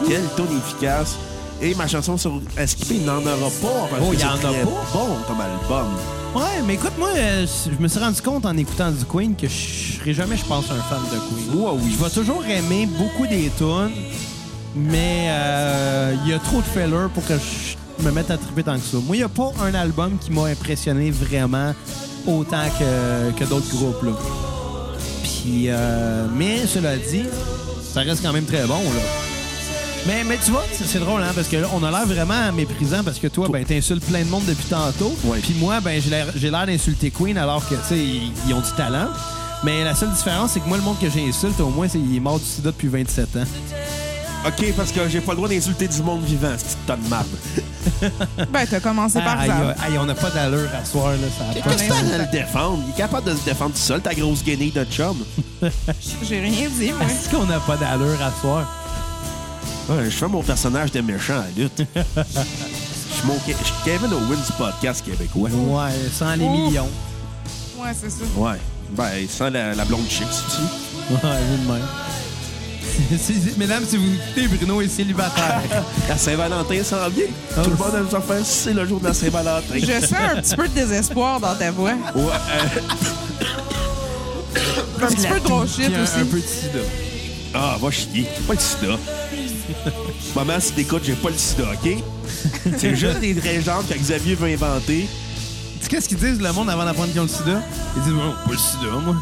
Quelle tune efficace. Et ma chanson sur Esquipé n'en aura pas. parce
Oh,
que
il y en
c'est
a
très
pas?
Bon, ton album.
Ouais, mais écoute, moi, euh, je me suis rendu compte en écoutant du Queen que je serai jamais, je pense, un fan de Queen.
Wow, oui.
Je vais toujours aimer beaucoup des tunes, mais euh, il y a trop de fellers pour que je me mette à triper tant que ça. Moi, il n'y a pas un album qui m'a impressionné vraiment autant que, que d'autres groupes. Là. Puis, euh, mais cela dit, ça reste quand même très bon. Là. Mais, mais tu vois, c'est c'est drôle, hein, parce que là, on a l'air vraiment méprisant parce que toi, ben, t'insultes plein de monde depuis tantôt.
Ouais.
Puis moi, ben, j'ai l'air- j'ai l'air d'insulter Queen alors que, tu sais, ils, ils ont du talent. Mais la seule différence, c'est que moi, le monde que j'insulte, au moins, c'est il est mort du sida depuis 27 ans.
OK, parce que j'ai pas le droit d'insulter du monde vivant, cette petite tonne de marde.
Ben, t'as commencé par
Ah, aïe,
ça.
aïe, on n'a pas d'allure à soir, là. Ça a pas de
Qu'est-ce que
sens.
t'as à le défendre? Il est capable de se défendre tout seul, ta grosse guenille de chum.
J'ai rien dit, moi.
Est-ce qu'on n'a pas d'allure à soir?
Ouais, je fais mon personnage de méchant à lutte. Je suis mon Ke- je suis Kevin Owens du podcast québécois.
Ouais, sans les
Oh.
millions.
Ouais, c'est ça.
Ouais. Ben, sans la, la blonde chic, c'est-tu?
Ouais, vu de même. Si- si- Mesdames, si vous écoutez, Bruno est célibataire.
La Saint-Valentin s'en vient.
Oh,
Tout le monde aime s'en faire c'est le jour de la Saint-Valentin.
Je sens un petit peu de désespoir dans ta voix.
Ouais, euh,
Un petit peu de gros shit
Puis un-
aussi.
un peu de sida.
Ah, va chier. Pas le sida. Maman, si t'écoutes, j'ai pas le sida, OK? C'est juste des légendes que Xavier veut inventer.
Eh,
Tu sais, qu'est-ce qu'ils disent, le monde, avant d'apprendre qu'ils ont le sida? Ils disent, bon, pas le sida, moi.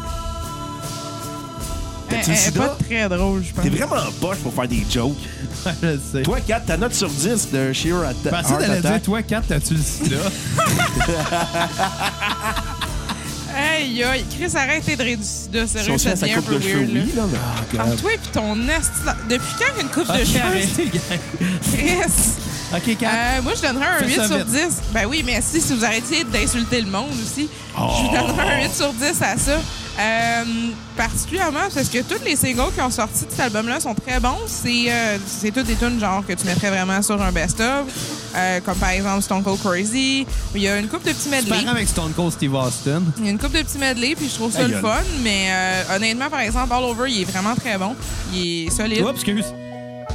Elle-
T'as-tu le
elle est
sida?
Eh, pas très drôle, je pense.
T'es vraiment poche pour faire des jokes.
Ouais, je le sais.
Toi, Kat, ta note sur 10 de Sheer
Ben,
Atta-
Je pensais
Heart
d'aller dire,
Attack.
toi, Kat, t'as-tu le sida?
Aïe, aïe. Chris, arrête de rire du sida.
Si on
Sérieux,
se
ça
laisse
devient
la
un
coupe
peu
de cheveux,
weird, là. Ah,
oui, là, mais-
Entre toi et puis ton asti... Depuis quand une coupe de
Ok,
cheveux,
arrêtez, gars.
Chris?
Ok, Kat.
Euh, moi, je donnerais un
Fais
8
ça
sur
vite.
10. Ben oui, mais si, si vous arrêtiez d'insulter le monde aussi, je vous donnerais un 8 sur 10 à ça. Euh, particulièrement parce que tous les singles qui ont sorti de cet album-là sont très bons. C'est euh, c'est toutes des tunes genre que tu mettrais vraiment sur un best-of, euh, comme par exemple Stone Cold Crazy. Il y a une coupe de petits
Tu
medley.
parles avec Stone Cold Steve Austin.
Il y a une coupe de petits medley, puis je trouve ça
Ta
le
gueule.
fun. Mais euh, honnêtement, par exemple, All Over, il est vraiment très bon. Il est solide.
Oups, excuse.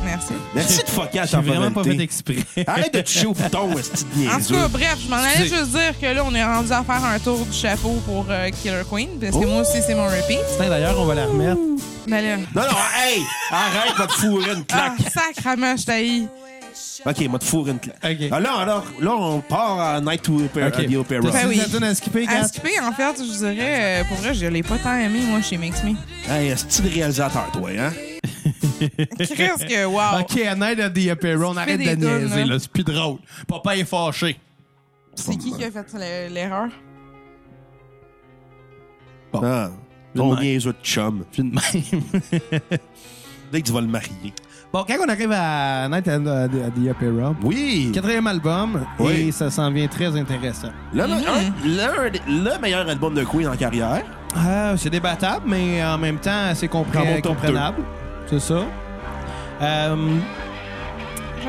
Merci.
Merci de fucker à
J'ai
ta
vraiment pas fait
banalité.
exprès.
Arrête de toucher au bouton, esti de
En tout cas,
niaiseux.
bref, je m'en allais
Excusez.
juste dire que là, on est rendu à faire un tour du chapeau pour euh, Killer Queen, parce que
Oh.
moi aussi, c'est mon repeat.
Putain, D'ailleurs, on va la remettre.
Mais là,
Non, non, hey! Arrête, va te fourrer une
ah,
claque.
sacrement, je t'haïs.
OK, va te fourrer une claque.
Ah. OK.
Alors, alors, là, on part à Night to Opera.
Ok.
à the Opera.
T'as-tu
Ben oui.
la tune à skipper,
À
Kat?
skipper, en fait, je dirais, euh, pour vrai, je l'ai pas tant aimé, moi, chez Mix Me.
Hey, esti de réalisateur, toi, hein?
Chris que, wow.
Ok, à Night at the Opera, on arrête de
Ah. des hein. tunes,
niaiser,
là.
là. C'est plus drôle. Papa est fâché.
C'est qui qui a fait le- l'erreur?
Ah, ton
Demain.
niaiseux de chum.
Puis de même.
Dès que tu vas le marier.
bon, quand on arrive à Night at at the, at the Opera,
Oui!
quatrième album,
Oui.
et ça s'en vient très intéressant.
Là, là, un- là, un des- le meilleur album de Queen en carrière.
Ah, c'est débattable, mais en même temps, c'est compré-
Dans mon top
comprenable. C'est ça. Euh,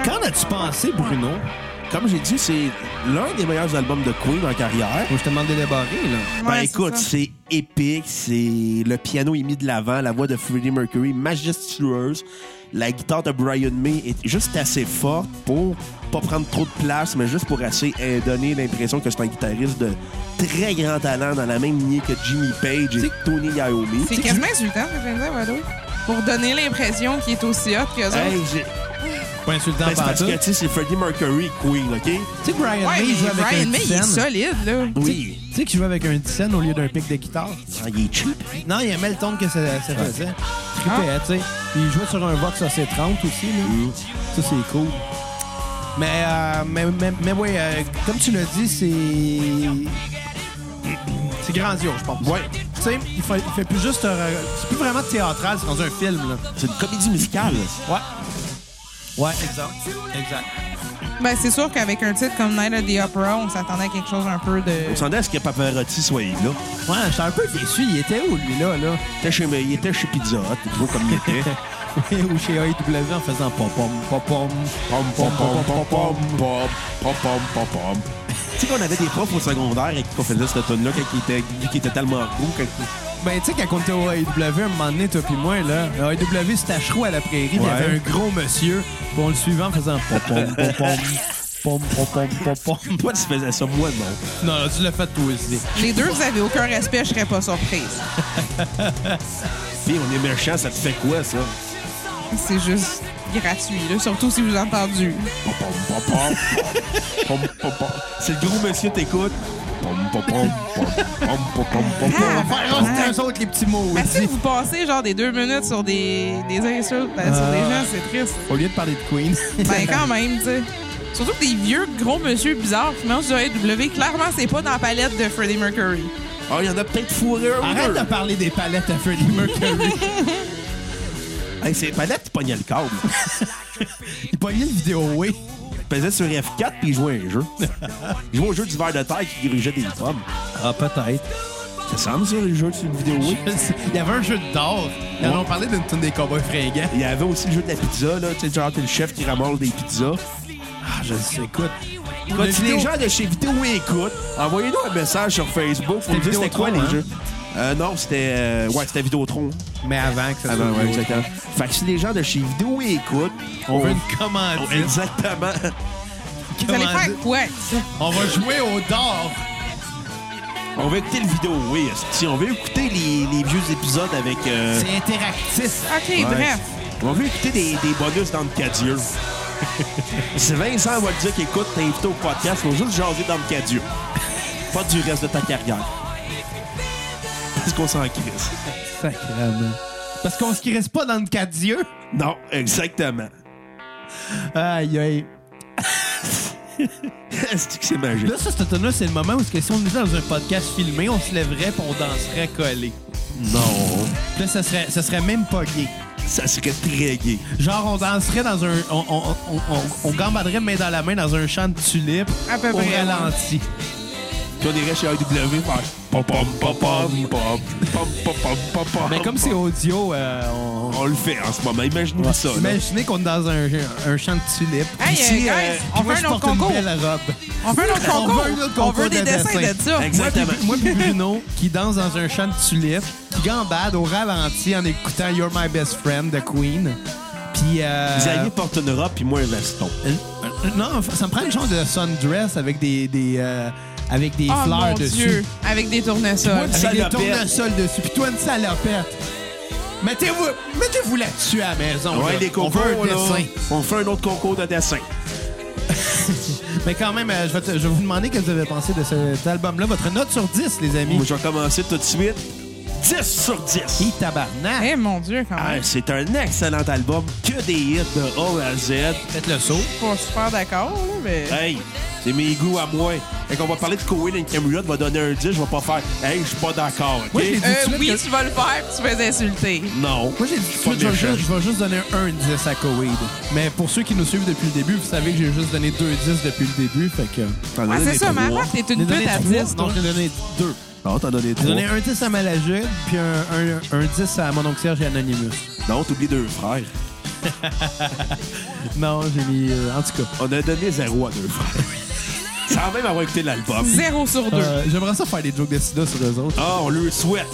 Qu'en as-tu pensé, Bruno? Moi,
Comme j'ai dit, c'est l'un des meilleurs albums de Queen en carrière.
je te demande d'élaborer, là.
Ouais,
ben
c'est
écoute,
ça.
c'est épique, c'est le piano est mis de l'avant, la voix de Freddie Mercury majestueuse, la guitare de Brian May est juste assez forte pour pas prendre trop de place, mais juste pour assez euh, donner l'impression que c'est un guitariste de très grand talent dans la même lignée que Jimmy Page et Tony Iommi.
C'est quasiment insultant, ce que je viens de dire, Wado. Pour donner l'impression qu'il est aussi hot qu'eux autres.
Hey, j'ai-
Pas insultant
ben, c'est
par
parce
tout.
que tu sais, c'est Freddie Mercury Queen, ok
Tu sais, que Brian
Ouais,
May joue
mais
avec
Brian
un
May, il est
dixaine.
solide, là.
Oui,
Tu sais qu'il joue avec un dixaine au lieu d'un pic de guitare.
Ah, il est cheap.
Non, il aimait le ton que ça, ça faisait. Trippait, tu sais. Puis il jouait sur un Vox AC30 aussi, là. Ça, c'est cool. Mais, euh, mais, mais, mais oui, euh, comme tu l'as dit, c'est. C'est grandiose, je pense.
Ouais.
Tu sais, il fait, il fait plus juste. euh, c'est plus vraiment théâtral, c'est dans un film, là.
C'est une comédie musicale.
Ouais. Ouais, exact. Exact.
Ben, c'est sûr qu'avec un titre comme Night at the Opera, on s'attendait à quelque chose un peu de...
On s'en est à ce que Pavarotti soit là.
Ouais, j'étais un peu déçu. Il était où, lui, là, là?
Il était chez, il était chez Pizza Hut, tu vois comme il était.
Ou chez AEW en faisant pom-pom, pom-pom,
Pom, pom, pom, pom, pom, pom, pom, pom, pom, pom. Tu sais qu'on avait des profs au secondaire et qu'on faisait cette tonne-là quand ils étaient, vu qu'ils étaient tellement gros, quand
Ben, tu sais, quand on était au AEW, un moment donné, toi puis moi, là, le AEW, c'était à Chouet à la prairie, puis il y avait
Ouais.
un gros monsieur, puis on le suivait en faisant pom pom pom pom pom pom pom pom pom.
Toi, tu faisais ça, moi, non.
Non, là, tu l'as fait toi aussi.
Les deux, vous avez aucun respect, je serais pas surprise.
Puis on est méchants, ça te fait quoi, ça?
C'est juste gratuit, là, surtout si vous entendu.
Pom, pom, pom, pom, pom, pom, pom. C'est le gros monsieur t'écoute. Pom, pom, pom, pom, pom, pom, pom, pom,
On
pom.
va faire rentrer eux autres les petits mots.
Ah, ben, Parce que vous passez genre des deux minutes sur des, des insultes ben, sur
Euh.
des gens, c'est triste.
Au lieu de parler de Queen.
Ben quand même, tu sais. Surtout que des vieux gros monsieur bizarres qui mangent du AEW, clairement, c'est pas dans la palette de Freddie Mercury.
Ah, il y en a peut-être fourré un ou
Arrête
deux.
de parler des palettes à Freddie Mercury.
Hey, c'est pas là que tu pognais le câble.
Il pognait le vidéo, oui.
Il pesait sur F4 puis il jouait à un jeu. Il jouait au jeu du verre de terre qui grugeait des pommes.
Ah, peut-être.
Ça semble ça, les jeux de cette vidéo, oui.
Il y avait un jeu d'or. Ils en ont parlé d'une tune des cowboys fringants.
Il y avait aussi le jeu de la pizza, là. Tu sais, genre, t'es le chef qui ramasse des pizzas.
Ah, je le sais, écoute.
Quand
Le
si
vidéo-
les gens de chez Vidéo écoutent, envoyez-nous un message sur Facebook pour nous dire c'était quoi les
Vidéotron,
jeux. Euh, non, c'était. euh, ouais, c'était Vidéotron.
Mais avant que ça
Ah
soit
ben ouais,
joué.
exactement. Fait que si les gens de chez Vidéo écoutent,
On veut
Oh,
une commandite.
Exactement.
Vous allez
Commandite.
faire quoi? avec ça?
On va jouer au d'or.
On veut écouter le vidéo, oui. Si on veut écouter les, les vieux épisodes avec. euh,
C'est interactif.
Ok,
ouais.
bref.
On veut écouter des, des bonus dans le cadieux. si Vincent va te dire qu'écoute, t'es invité au podcast, faut juste jaser dans le cadieux. Pas du reste de ta carrière. Parce qu'on s'en crisse.
Sacrément. Parce qu'on se reste pas dans le cas d'yeux.
Non, exactement.
Aïe, aïe.
Est-ce que c'est magique?
Là, ça, cet automne-là, c'est le moment où est-ce que si on était dans un podcast filmé, on se lèverait et on danserait collé.
Non.
Puis Là, ça serait, ça serait même pas gay.
Ça serait très gay.
Genre, on danserait dans un. On, on, on, on- on gambaderait main dans la main dans un champ de tulipes
À peu
au
près, ouais.
ralenti.
Puis on irait chez AEW faire pom pom pom pom pom pom pom pom pom pom.
Mais comme c'est audio, euh, on.
On le fait en ce moment, imaginez ça. là.
Imaginez qu'on est dans un, un champ de tulipes.
Hey,
Ici,
euh, guys,
euh,
on
Moi,
veut
je
un autre
porte une
concours.
belle robe.
On veut un autre
On
concours.
veut un autre
On
concours
veut des
de
dessins
dessin.
de ça.
Exactement.
Moi puis Bruno, qui danse dans un champ de tulipes, qui gambade au ralenti en écoutant You're My Best Friend de Queen. Puis. euh,
Xavier porte une robe puis moi un veston.
euh, euh, non, ça me prend une genre de sundress avec des, des, euh, avec des
Oh
fleurs
mon
dessus.
Dieu, avec des tournesols.
Moi,
Avec des
Salopette.
tournesols dessus. Puis toi, une salopette. Mettez-vous mettez là-dessus à la maison.
Ouais,
là.
les
On
concours,
veut un
là,
dessin.
on fait un autre concours de dessin.
Mais quand même, euh, je vais, te- je vais vous demander qu'est-ce que vous avez pensé de cet album-là. Votre note sur 10, les amis.
Moi, je vais commencer tout de suite. 10 sur 10.
Hi, tabarnak.
Eh mon Dieu, quand
Ah,
même.
c'est un excellent album. Que des hits de A à Z.
Eh.
Faites le saut.
Je suis pas super d'accord, là, mais.
Hey, c'est mes goûts à moi. Fait qu'on va parler de Cohen and Camelot, va donner un 10, je vais pas faire « Hey, je suis pas d'accord, OK?
Moi, je l'ai dit tout
Euh,
de suite
oui,
que-
tu vas le faire puis tu vas les insulter.
Non.
Moi, j'ai dit
Je suis
tout
pas
de suite, je vais
méchant.
juste- je vais juste donner un 10 à Koweïd. Mais pour ceux qui nous suivent depuis le début, vous savez que j'ai juste donné deux 10 depuis le début. Fait que.
T'en
Ah,
as
c'est
donné
ça, ma
trois.
part, t'es
J'ai
une
donné
pute à
trois.
10.
Non,
toi.
j'ai donné deux.
Non, t'en as donné
J'ai
trois.
donné un 10 à Malajude, puis un, un, un 10 à mon oncle Serge et Anonymous.
Non, t'oublies deux frères.
Non, j'ai mis. euh, en tout cas.
On a donné zéro à deux frères. Sans même avoir écouté l'album.
Zéro sur deux.
Euh, J'aimerais ça faire des jokes de sida sur eux autres.
Ah, on leur souhaite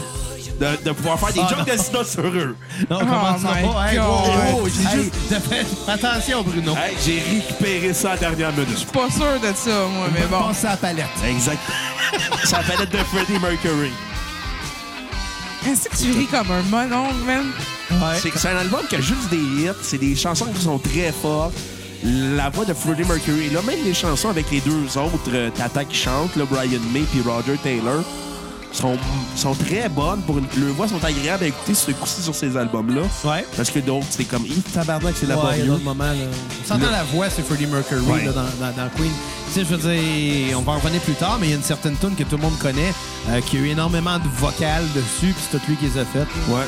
de, de pouvoir faire des
Ah,
jokes de sida sur eux.
Non, comment
Oh
ça
my
va? Hey,
God.
wow, hey,
Hey,
hey, de fait, Attention, Bruno.
Hey, j'ai récupéré ça à la dernière minute.
Pas sûr de ça, moi, mais bon.
Passe à la palette.
Exact. Ça palette de Freddie Mercury.
Est-ce que tu ris comme un mononcle, man?
Ouais.
C'est c'est un album qui a juste des hits. C'est des chansons qui sont très fortes. La voix de Freddie Mercury. Là, même les chansons avec les deux autres euh, Tata qui chantent, là, Brian May puis Roger Taylor, sont, sont très bonnes. Pour une, leurs voix sont agréables à écouter sur le coup-ci sur ces albums-là.
Ouais.
Parce que d'autres, c'est comme Yves Tabarnak, c'est
Ouais, il y a
laborieux.
d'autres moments, là. On s'entend
Le-
la voix, c'est Freddie Mercury
Ouais.
là, dans, dans- dans Queen. Tu sais, je veux dire, on va en revenir plus tard, mais il y a une certaine tune que tout le monde connaît, euh, qui a eu énormément de vocales dessus, puis c'est tout lui qui les a faites.
ouais.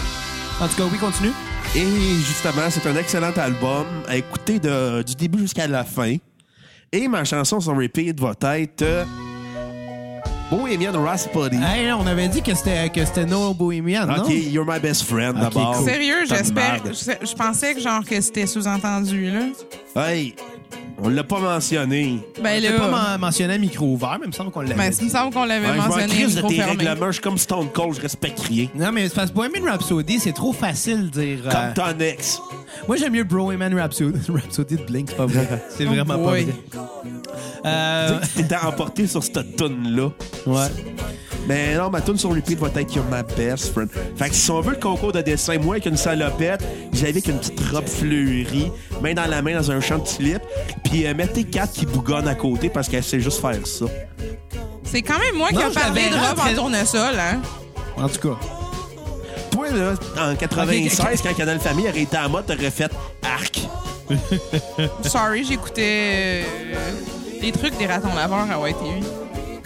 En tout cas, oui, continue.
Et justement, c'est un excellent album à écouter de- du début jusqu'à la fin. Et ma chanson sur repeat va être euh, Bohemian Rhapsody.
Hey, là, on avait dit que c'était que c'était No Bohemian, Ah, non?
OK, You're My Best Friend
Ok,
d'abord.
Oh,
cool.
Sérieux,
T'as de
j'espère.
merde.
Je je pensais que genre que c'était sous-entendu, là.
Hey, On l'a pas mentionné.
Ben
J'ai
là,
pas men- mentionné à micro ouvert, mais il me semble qu'on l'avait.
ben, il
dit.
me semble qu'on l'avait
Ouais, je vois en
mentionné.
crise de
micro
tes
fermé.
règlements. Je suis comme Stone Cold, je respecte rien.
Non, mais c'est parce que Bohemian Rhapsody, c'est trop facile de dire. euh,
Comme ton ex.
Moi, j'aime mieux Broman Rhapsody. Rhapsody de Blink, c'est pas vrai. C'est
Oh
vraiment
boy.
pas vrai. Euh,
T'étais emporté sur cette toune-là.
ouais.
Mais non, ma tune sur repeat va être You're My Best Friend. Fait que si on veut le concours de dessin, moi avec une salopette, j'avais avec une petite robe fleurie, main dans la main dans un champ de slip, puis euh, mettez quatre qui bougonnent à côté parce qu'elle sait juste faire ça.
C'est quand même moi qui
Non,
ai
je
parlé de
l'avais
robe
rentré-
en tournesol, hein?
En tout cas.
Toi, là, en 96, quand Canal Famille aurait été à moi, t'aurais fait arc.
Sorry, j'écoutais euh, des trucs des ratons laveurs à YTV.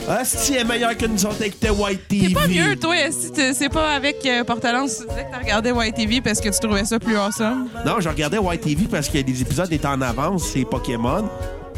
Ah, si elle est meilleur que nous autres avec tes White TV.
T'es pas mieux, toi, si t'es- c'est pas avec euh, Portalance, tu disais que t'as regardé YTV parce que tu trouvais ça plus awesome.
Non, je regardais White TV parce que les épisodes étaient en avance. C'est Pokémon,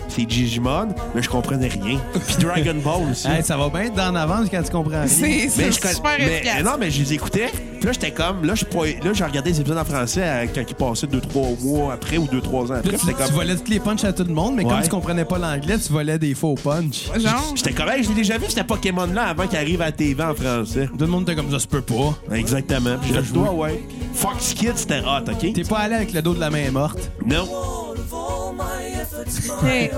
c'est Digimon, mais je comprenais rien. Puis Dragon Ball aussi.
Hey, ça va bien être d'en avance quand tu comprends rien.
C'est
Mais
c'est
je con-
super
mais-
efficace.
mais non, mais je les écoutais. Puis là, j'étais comme, là, je pourrais- là, j'ai regardé les épisodes en français euh, quand ils passaient deux, trois mois après ou deux, trois ans après.
Là,
Puis
tu,
J'étais
tu
comme,
volais tous les punchs à tout le monde, mais
Ouais.
comme tu comprenais pas l'anglais, tu volais des faux punchs.
Genre,
j'étais comme, hey, je l'ai déjà vu, c'était Pokémon-là avant qu'il arrive à la TV en français.
Tout le monde était comme ça, se peut pas.
Exactement. Puis je fait, toi, ouais. Fox Kids, c'était hot, OK?
T'es pas allé avec le dos de la main morte.
Non.
Hey,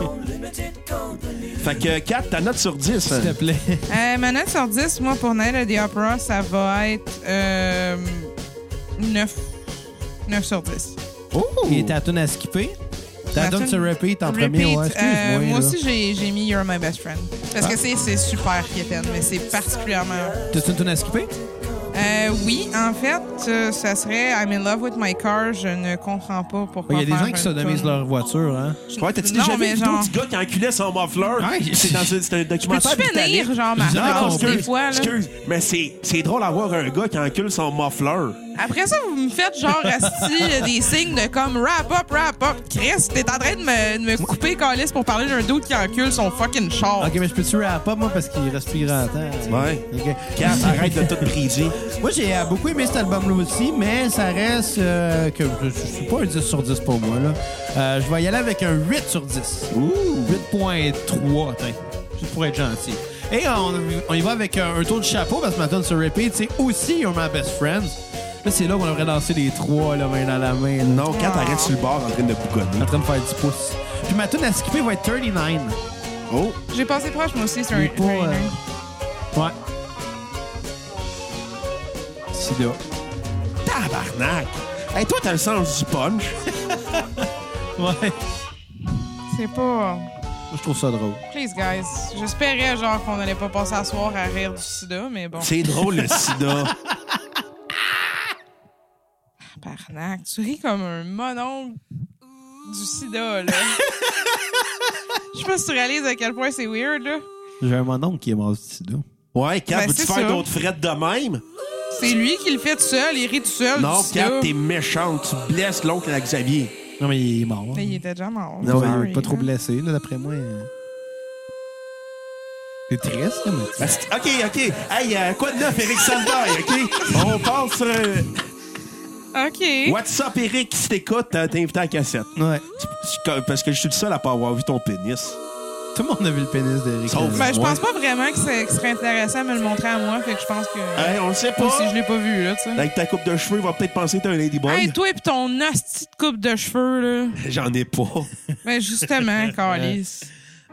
Fait que 4, ta note sur 10. hein.
S'il te plaît.
euh, ma note sur 10, moi, pour Night at the Opera, ça va être euh, 9. 9 sur 10.
Oh!
Et t'as tune à skipper. T'as
Ma
tune
tune-
sur repeat en
Repeat,
premier. Ouais,
euh,
excuse-moi.
moi
là. Ah.
aussi, j'ai j'ai mis You're My Best Friend. Parce que c'est- c'est super quétaine, mais c'est particulièrement...
T'as une tune à skipper?
Euh, oui, en fait, euh, ça serait I'm in love with my car. Je ne comprends pas pourquoi.
Il y a des
faire
gens qui
une
sodomisent
toune.
leur voiture, hein.
Ouais, t'as-tu
Non,
déjà vu
mais
une vidéo
genre-
du gars qui enculait son muffler?
Ouais.
C'est dans un- c'est un documentaire
Peux-tu
britannique.
finir, genre, ma
Non,
phrase,
excuse,
des fois, là?
Excuse, mais c'est c'est drôle d'avoir un gars qui encule son muffler.
Après ça, vous me faites genre asti, euh, des signes de comme wrap up, wrap up. Chris, t'es en train de me, de me couper calice pour parler d'un dos qui encule son fucking char.
Ok, mais je peux-tu rap up, moi, parce qu'il reste plus grand temps.
Ouais.
Ok.
Kat, arrête de tout briser.
Moi, j'ai euh, beaucoup aimé cet album-là aussi, mais ça reste euh, que je, je suis pas un 10 sur 10 pour moi. Là. Euh, je vais y aller avec un 8 sur 10. 8.3, tiens. Juste pour être gentil. Et on, on y va avec euh, un, un tour de chapeau parce que ma tune sur repeat, c'est aussi You're My Best Friend. Là, c'est là qu'on devrait danser les trois, là, main dans la main. là.
Non, Kat, arrête sur le bord en train de bougonner.
En train de faire 10 pouces. Puis ma tune à skipper va être 39.
Oh,
J'ai passé proche, moi aussi, sur
Il
un.
est pas, euh, Ouais. C'est là.
tabarnak! Hey, toi, t'as le sens du punch.
Ouais.
C'est pas.
Moi, je trouve ça drôle.
Please, guys. J'espérais, genre, qu'on n'allait pas passer à soir à rire du sida, mais bon.
C'est drôle, le sida.
Parnac, tu ris comme un mononcle du sida, là. Je sais pas si tu réalises à quel point c'est weird, là.
J'ai un mononcle qui est mort du sida.
Ouais, Kat,
Ben,
veux-tu
c'est
faire
ça.
d'autres frettes de même?
C'est lui qui le fait tout seul, il rit tout seul.
Non,
du sida.
Kat, t'es méchante. Tu blesses l'oncle à Xavier.
Non, mais il est mort.
Mais il était déjà mort.
Non,
Ouais,
Sorry,
pas trop
hein.
blessé, là, d'après moi. euh. C'est triste, là, mais...
Asti- Ben, OK, OK. Hey, euh, quoi de neuf, Eric Saldaille, OK? On passe sur... euh,
OK.
What's up, Eric, si t'écoutes, euh, t'es invité à la cassette.
Ouais.
Parce que je suis le seul à pas avoir vu ton pénis.
Tout le monde a vu le pénis d'Eric.
Sauf-
là.
Ben, je pense pas vraiment que, c'est- que ce serait intéressant de me le montrer à moi, fait que je pense que.
Hey, on le sait pas.
Moi aussi, je l'ai pas vu, là, tu sais.
Avec ta coupe de cheveux, il va peut-être penser que t'es un ladyboy.
Hey, toi et ton hostie de coupe de cheveux, là.
J'en ai pas.
Ben, justement, Carlis.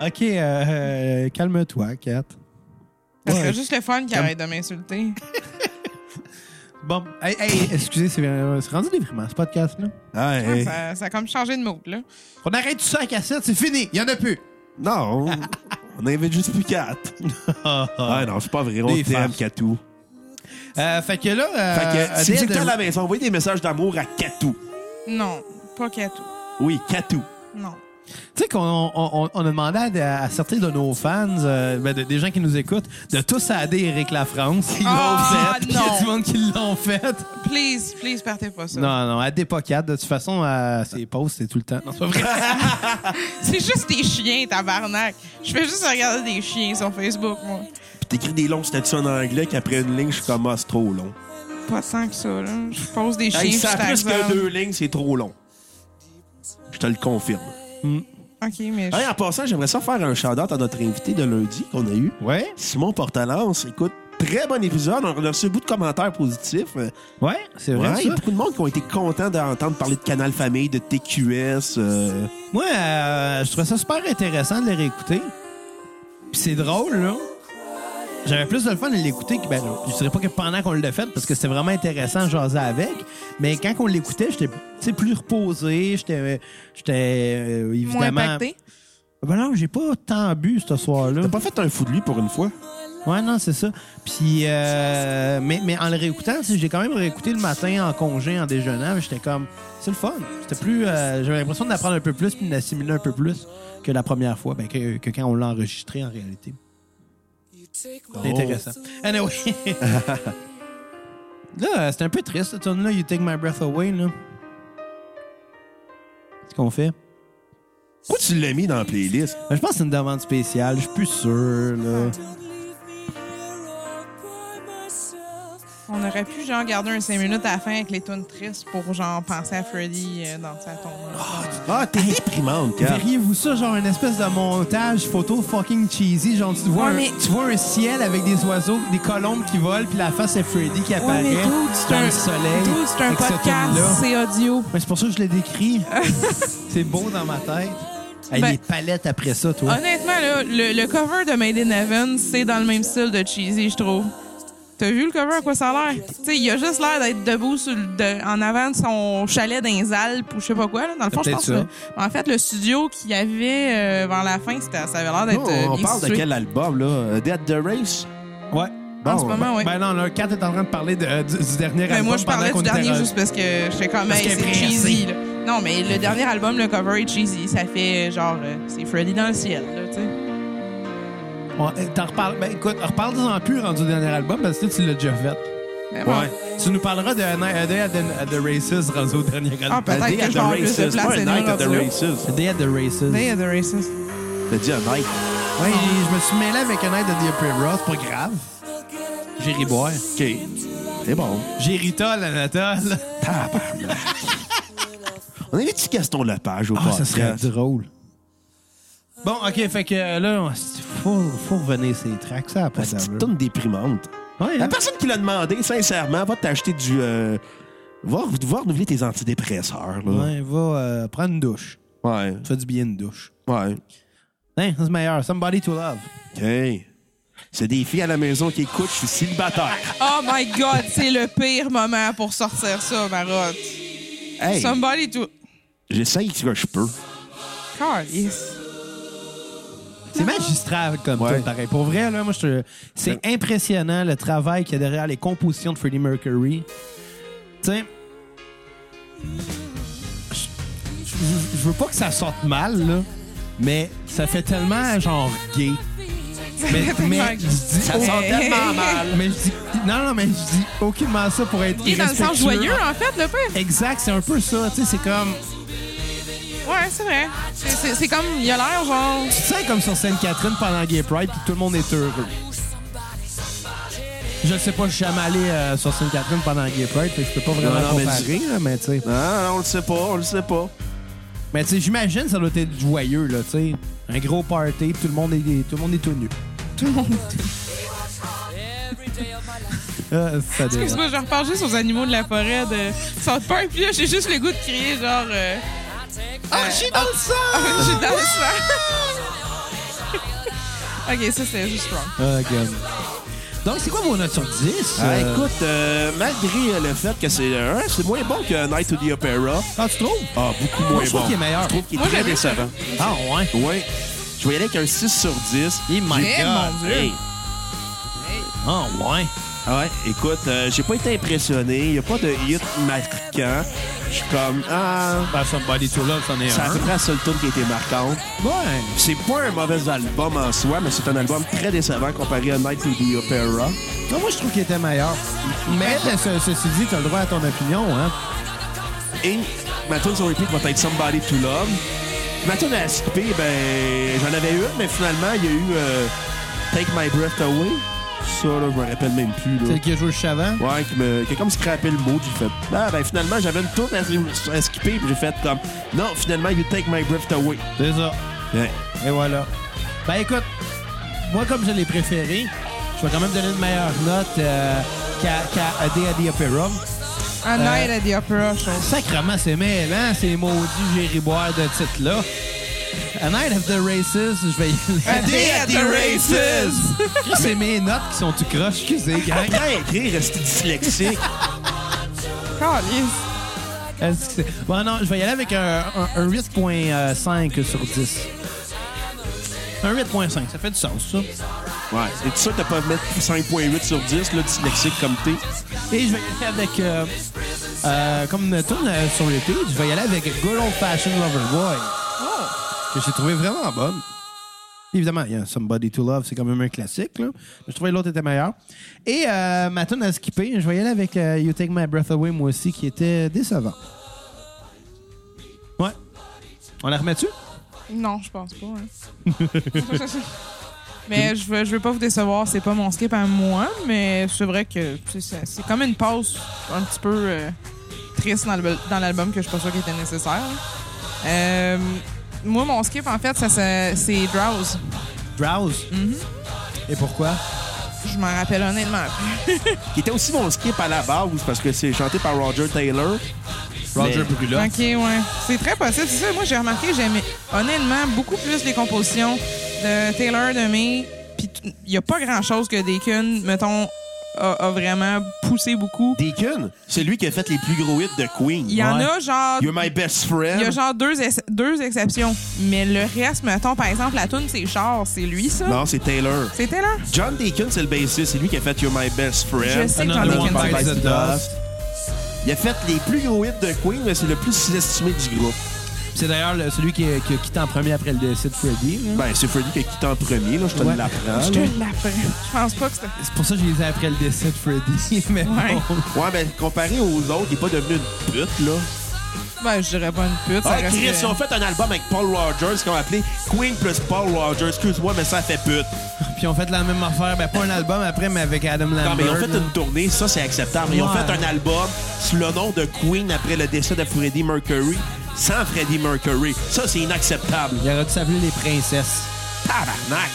OK, euh, euh, calme-toi, Kat.
Ça
Ouais.
serait juste le fun qu'il arrête de m'insulter.
Bon, hey, hey, excusez, c'est euh, c'est rendu déprimant, ce podcast-là.
Hey.
Ça, ça a comme changé de mode, là.
On arrête tout ça à cassette, c'est fini, il y en a plus.
Non, on invite juste plus quatre. ah non, c'est pas vrai. On
Des
t'aime,
farces.
Katou.
Euh, fait que là... euh,
Fait que,
euh,
si
Dead-
quelqu'un à la maison, envoyez des messages d'amour à Katou.
Non, pas Kato.
Oui, Katou.
Non.
Tu sais qu'on on, on- on a demandé à, à certains de nos fans, euh, ben, de- des gens qui nous écoutent, de tous aider Eric La France. Ils l'ont
Ah,
fait. puis Il y a
non.
du monde qui l'ont fait.
Please, please, partez pas ça.
Non, non, à des pockets. De toute façon, à ses posts, c'est tout le temps. Non, c'est pas vrai.
C'est juste des chiens, tabarnak. Je fais juste regarder des chiens sur Facebook, moi.
Puis t'écris des longs statuts en anglais qu'après une ligne, je suis comme, ah, c'est trop long.
Pas tant que ça, là. Je pose des chiens,
Hey,
je
ça a plus
taxe
que deux lignes, c'est trop long. Je te le confirme.
OK, mais... je-
Hey, en passant, j'aimerais ça faire un shout-out à notre invité de lundi qu'on a eu,
Ouais?
Simon Portalance. Écoute, très bon épisode. On a reçu beaucoup de commentaires positifs. Euh,
Ouais, c'est vrai.
ouais, il y a
ça.
beaucoup de monde qui ont été contents d'entendre parler de Canal Famille, de TQS. euh,
Moi, euh, je trouvais ça super intéressant de le réécouter. Puis c'est drôle, là. J'avais plus de fun à l'écouter que, ben, je dirais pas que pendant qu'on l'a fait, parce que c'était vraiment intéressant de jaser avec, mais quand on l'écoutait, j'étais, tu sais, plus reposé, j'étais, j'étais, euh,
moins
évidemment...
impacté.
Ben non, j'ai pas tant bu ce soir-là.
T'as pas fait un fou de lui pour une fois?
Ouais, non, c'est ça. Puis, euh, mais, mais en le réécoutant, tu sais, j'ai quand même réécouté le matin en congé, en déjeunant. mais J'étais comme, c'est le fun. C'était plus, euh, j'avais l'impression d'apprendre un peu plus puis d'assimiler un peu plus que la première fois, ben, que, que quand on l'a enregistré en réalité. C'est intéressant. Anyway. là, euh, c'est un peu triste, cette tune là You Take My Breath Away, là. Qu'est-ce qu'on fait?
Pourquoi tu l'as mis dans la playlist?
Ben, je pense que c'est une demande spéciale. Je suis plus sûr, là.
On aurait pu, genre, garder un 5 minutes à la fin avec les tunes tristes pour, genre, penser à Freddy euh, dans sa tombe.
Ah, t'es déprimante, Kat.
Verriez-vous ça, genre une espèce de montage photo fucking cheesy, genre tu vois,
Ouais,
un,
mais-
tu vois un ciel avec des oiseaux, des colombes qui volent, puis la face à Freddy qui apparaît
mais dude, c'est
dans
un-
le soleil.
Dude, c'est un
avec ce
podcast,
thème-là.
c'est audio.
Ouais, c'est pour ça que je l'ai décrit. c'est beau dans ma tête. Hey,
Ben-
les palettes après ça, toi.
Honnêtement, là, le, le cover de Made in Heaven, c'est dans le même style de cheesy, je trouve. T'as vu le cover à quoi ça a l'air? Tu sais, il a juste l'air d'être debout sur le- de- en avant de son chalet dans les Alpes ou je sais pas quoi. Là. Dans le fond, je
C'est
pense
peut-être
que- en fait, le studio qu'il y avait euh, vers la fin, c'était- ça avait l'air d'être
Non,
euh,
on
bien
parle de
situé.
quel album, là? Euh, Dead the Race?
Ouais.
En
Bon,
ce moment, oui.
Ben non, là, Kat est en train de parler de- euh, du, du dernier
Mais
album
Ben, moi, je
pendant
parlais
qu'on
du dernier
était- euh,
juste parce que j'étais comme,
Parce
hey,
qu'elle est
c'est
pressée.
cheesy. là. Non, mais le dernier album, le cover est cheesy. Ça fait euh, genre, euh, c'est Freddy dans le ciel. Là, tu sais.
On- T'en reparles... Ben écoute, reparle-en plus rendu au dernier album, parce que tu l'as déjà fait.
Mais bon.
Ouais. Tu nous parleras de Night at the- at the Races rendu au dernier album.
Ah, peut-être
Euh, Day
que
at
je
the
vais avoir plus de
Races,
place
pas
et
un
non,
Night at the
rendu là.
Races.
Day at the Races.
Day of the Races.
T'as dit un Night.
Ouais, j'ai- je me suis mêlé avec un aide de The Opera, c'est pas grave. J'ai ri boire.
OK. C'est bon.
J'ai ri tol, Anatole.
Tabarnak. On avait-tu Gaston Lepage au
Ah, ça
podcast?
serait drôle. Bon, OK, fait que euh, là, on- faut, faut revenir ces tracks, ça, après
Ah,
ça.
C'est une tonne déprimante.
Ouais, hein?
La personne qui l'a demandé, sincèrement, va t'acheter du... euh, Va, va renouveler tes antidépresseurs. Là.
Ouais, va euh, prendre une douche.
Ouais.
Ça fait du bien une douche.
Ouais.
Hein, c'est meilleur. Somebody to love.
OK. C'est des filles à la maison qui écoutent, je suis célibataire.
Oh my God, c'est le pire moment pour sortir ça, Marotte.
Hey,
Somebody to...
j'essaye ce que je peux.
Calice.
C'est magistral comme
Ouais.
tout, pareil. Pour vrai, là, moi, je te- c'est impressionnant le travail qu'il y a derrière les compositions de Freddie Mercury. Tu sais, je- je je veux pas que ça sorte mal, là, mais ça fait tellement genre gay. Mais, mais je dis,
Ça sort tellement mal.
Mais je dis, non, non, mais je dis aucunement ça pour être
Il est dans le sens
irrespectueux.
joyeux, en fait, le pire.
Exact, c'est un peu ça. Tu sais, c'est comme,
Ouais, c'est vrai. C'est- C'est c'est comme, il a l'air genre...
tu te sens comme sur Sainte-Catherine pendant Gay Pride, puis tout le monde est heureux. Je sais pas, je suis jamais allé euh, sur Sainte-Catherine pendant la Gay Pride, fait que je peux pas vraiment
Non, non, mais
comparer, là, mais tu sais.
Non, non, on le sait pas, on le sait pas.
Mais tu sais, j'imagine ça doit être joyeux, là, tu sais. Un gros party, puis tout le monde est tout le monde est tout nu.
Tout le monde...
Euh, ça dérape.
Excuse-moi, je repars juste aux animaux de la forêt de South Park, puis là, j'ai juste le goût de crier, genre... euh,
Ah, je suis dans le
Ah,
sang!
je suis dans le sang. OK, ça, c'était juste wrong.
Ah, God. Donc, c'est quoi vos notes sur 10?
Ah,
euh?
écoute, euh, malgré euh, le fait que c'est euh, c'est moins bon que Night to the Opera.
Ah, tu trouves?
Ah, beaucoup
Moi,
moins
je
bon.
trouve qu'il est meilleur.
Je trouve qu'il est
Moi,
très
j'avais-
décevant.
Ah, ouais.
Oui. Je vais y aller avec un 6 sur 10.
Il est
Eh, mon Dieu.
Hey.
Ah, ouais.
Ah ouais, écoute, euh, j'ai pas été impressionné. Il n'y a pas de hit marquant. Je suis comme, ah,
Ben, Somebody to Love, c'en est
c'est à peu près la seule tune qui a été marquante.
Ouais.
C'est pas un mauvais album en soi, mais c'est un album très décevant comparé à Night to the Opera.
Non, moi, je trouve qu'il était meilleur. Mais ce- ceci dit, t'as le droit à ton opinion, hein?
Et ma tune sur repeat va être Somebody to Love. Ma tune à skipper, ben, j'en avais une, mais finalement, il y a eu euh, Take My Breath Away. ça, là, je me rappelle même plus. Là.
Celle qui a joué le chavant.
Ouais, qui, me, qui a comme scrappé le mot, j'ai fait. Ah, ben finalement, j'avais une tourne à, à skipper, puis j'ai fait comme. Non, finalement, you take my breath away.
C'est ça.
Ouais.
Et voilà. Ben écoute, moi comme je l'ai préféré, je vais quand même donner une meilleure note euh, qu'à qu'à A Day at the Opera.
À Night at the Opera, je trouve.
Sacrement, c'est mêlant, ces maudits gériboires de titre-là. A Night of the Races, je vais y aller.
Day at the Races!
c'est mes notes qui sont tout croche, excusez, gang.
Apprends à écrire, rester dyslexique.
Calisse.
Est-ce que c'est- Bon, non, je vais y aller avec un, un- un 8.5 sur 10. Un 8.5, ça fait du sens, ça.
ouais. Et sûr que t'as pas mettre 5.8 sur 10, là, dyslexique comme t'es.
Et je vais y aller avec, euh, euh, comme me tourne euh, sur le page, je vais y aller avec Good Old Fashioned Lover Boy, que j'ai trouvé vraiment bonne. Évidemment, il y a Somebody to Love, c'est quand même un classique. Là. Je trouvais que l'autre était meilleur. Et euh, ma tune à skipper, je vais y aller avec euh, You Take My Breath Away, moi aussi, qui était décevant. Ouais. On la remet-tu?
Non, je pense pas. hein. mais je veux, je veux pas vous décevoir, c'est pas mon skip à moi, mais c'est vrai que c'est ça- c'est comme une pause un petit peu euh, triste dans le- dans l'album que je suis pas sûre qu'il était nécessaire. Euh, moi, mon skip, en fait, ça, ça- c'est Drowse.
Drowse.
Mm-hmm.
Et pourquoi?
Je m'en rappelle honnêtement plus.
Qui était aussi mon skip à la base, parce que c'est chanté par Roger Taylor. Roger Brula.
Ok, ouais. C'est très possible. C'est ça, moi, j'ai remarqué, j'aimais honnêtement beaucoup plus les compositions de Taylor, de May. Puis t- il y a pas grand-chose que Deacon, mettons, a- a vraiment poussé beaucoup.
Deacon, c'est lui qui a fait les plus gros hits de Queen.
Il y en
Ouais.
a genre.
You're my best friend.
Il y a genre deux, ex- deux exceptions. Mais le reste, mettons, par exemple, la tune c'est Char, c'est lui, ça?
Non, c'est Taylor.
C'était là?
John Deacon, c'est le bassiste. C'est lui qui a fait You're my best friend.
Je sais que
Another
j'en ai
one
qu'une
bites
seule.
the dust.
Il a fait les plus gros hits de Queen, mais c'est le plus sous-estimé du groupe.
C'est d'ailleurs le- celui qui, qui a quitté en premier après le décès de Freddy. là.
Ben, c'est Freddy qui a quitté en premier, là, je te
Ouais.
l'apprends. là.
Je te l'apprends. Je pense pas que c'était.
C'est pour ça que je les ai après le décès de Freddy. Mais
Ouais.
bon.
Ouais, ben, comparé aux autres, il est pas devenu une pute, là.
Ben, je dirais pas une pute. ça
Ah,
reste-
Chris, ils ont fait un album avec Paul Rogers qu'on a appelé Queen plus Paul Rogers. Excuse-moi, mais ça fait pute.
Puis on fait la même affaire, ben pas un album après, mais avec Adam Lambert.
Non, mais ils ont fait
là.
une tournée, ça, c'est acceptable. Mais Ils ont
Ouais.
fait un album sous le nom de Queen après le décès de Freddie Mercury, sans Freddie Mercury. Ça, c'est inacceptable.
Il aurait dû s'appeler Les Princesses.
Tabarnak!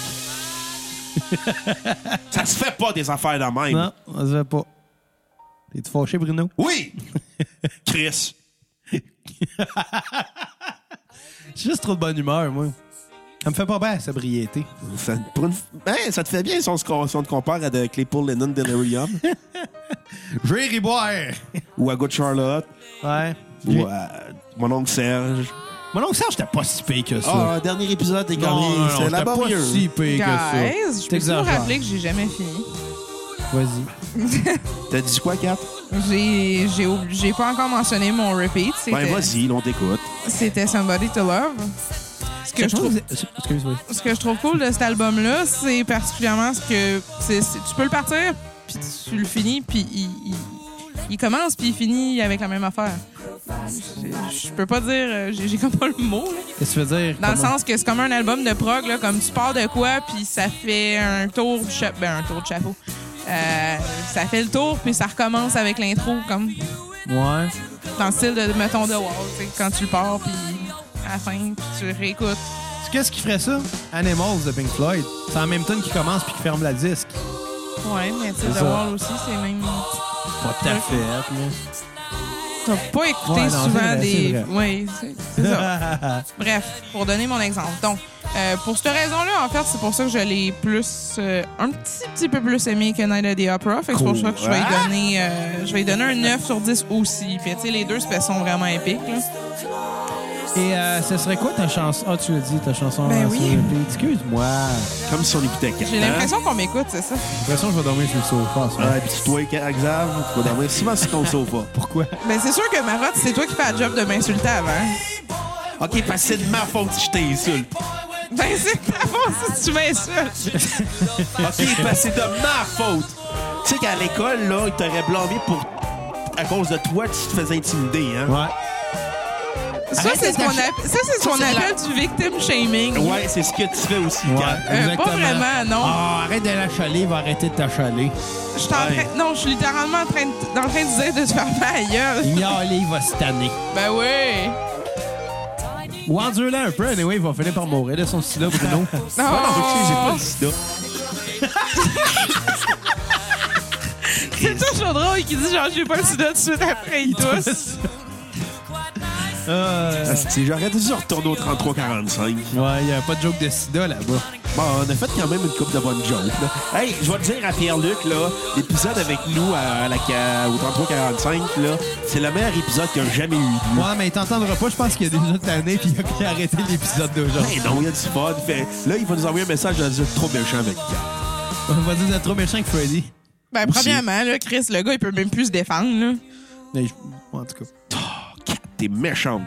ça se fait pas, des affaires de même.
Non, on se fait pas. T'es-tu fâché, Bruno?
Oui! Chris.
J'ai juste trop de bonne humeur, moi. Ça me fait pas bien, sobriété.
Ça, te prend une- Ben, ça te fait bien si on, se, com- si on te compare à de Claypool Lennon Delirium
Je vais y boire!
ou à Good Charlotte
Ouais.
ou à Mon oncle Serge.
Mon oncle Serge, t'as pas si pire que ça.
Ah, dernier épisode des
non,
Garniers,
non,
c'est
t'as pas
laborieux.
si pire que ça.
Guys, je peux vous
T'exagères.
rappeler que j'ai jamais fini.
Vas-y.
T'as dit quoi, Kat?
J'ai- J'ai oubli- j'ai pas encore mentionné mon repeat.
Ben,
C'était
vas-y, l'on t'écoute.
c'était Somebody to Love. Ce que je trouve
Excuse-moi.
ce que je trouve cool de cet album-là, c'est particulièrement ce que. c'est- c'est- tu peux le partir, puis tu le finis, puis il, il- il commence, puis il finit avec la même affaire. Je- Je peux pas dire. euh, J'ai j'ai comme pas le mot, là.
Qu'est-ce que tu veux dire?
Dans le
Comment-
sens que c'est comme un album de prog, là, comme tu pars de quoi, puis ça fait un tour de chapeau. Ben, un tour de chapeau. Euh, ça fait le tour, puis ça recommence avec l'intro, comme
Ouais.
dans le style de, mettons, de Wall, tu sais, quand tu le pars, puis à la fin, puis tu réécoutes.
Qu'est-ce qui ferait ça? Animals de Pink Floyd. C'est en même temps qui commence puis qui ferme la disque.
Ouais, mais tu sais,
C'est
The
ça.
Wall aussi, c'est même.
Pas tout à fait, là.
T'as pas écouté
Ouais, non, c'est
souvent
vrai, c'est
des.
vrai.
Oui, c'est c'est ça. Bref, pour donner mon exemple. Donc, euh, pour cette raison-là, en fait, c'est pour ça que je l'ai plus. euh, un petit, petit peu plus aimé que Night at the Opera. Fait que c'est pour ça que je vais y donner, euh, je vais y donner un 9 sur 10 aussi. Puis, tu sais, les deux se sont vraiment épiques. là.
Et euh, ce serait quoi ta chanson? Ah, tu l'as dit, ta chanson.
Ben
euh,
oui.
sur le repeat. Excuse-moi.
Comme si on écoutait Kat.
J'ai
hein?
l'impression qu'on m'écoute, c'est ça?
J'ai l'impression que je vais dormir sur le sofa. ça.
Ouais, puis tu toi, Kat, Xav, tu vas dormir souvent sur ton sofa.
Pourquoi?
Ben, c'est sûr que Marotte, c'est toi qui fais la job de m'insulter avant.
OK, parce que c'est de ma faute si je t'insulte.
Ben, c'est ta faute si tu m'insultes.
OK, parce que c'est de ma faute. Tu sais qu'à l'école, là, ils t'auraient blâmé pour... À cause de toi, tu te faisais intimider, hein?
Ouais.
Ça, c'est ce qu'on
d'attacher-
appelle, ça, c'est ce qu'on
c'est la-
appelle du victim shaming.
Ouais, c'est ce que tu fais aussi,
Ouais,
Kat.
Euh,
exactement.
pas vraiment, non.
Ah, arrête de l'achaler, il va arrêter de t'achaler.
Je suis en train-
ouais.
Non, je suis littéralement en train de, en train de dire de se faire mal à gueule.
Ignore-les, il va se tanner.
Ben oui.
Ou endure-le un peu, anyway, il va finir par mourir de son style Bruno.
Non,
Je sais pas le sida.
c'est toujours drôle qui dit genre j'ai pas le sida tout de suite après il tousse.
Euh,
Asti, J'aurais dû retourner au 33-45.
ouais, il n'y a pas de joke de sida là-bas.
Bon, on a fait quand même une coupe de bonnes jokes. là. Hey, je vais te dire à Pierre-Luc, là, l'épisode avec nous à la, ca- au 33-45, là, c'est le meilleur épisode qu'il a jamais eu. lieu.
Ouais, mais il t'entendra pas, je pense qu'il a déjà tanné puis il a arrêté l'épisode d'aujourd'hui.
Hey, non, il y a du fun. Fait- là, il va nous envoyer un message de dire trop méchant avec Kat.
On va dire que vous êtes trop méchant avec Freddy.
Ben premièrement, là, Chris, le gars, il peut même plus se défendre. Là.
Mais je- En tout cas.
Kat, t'es méchante.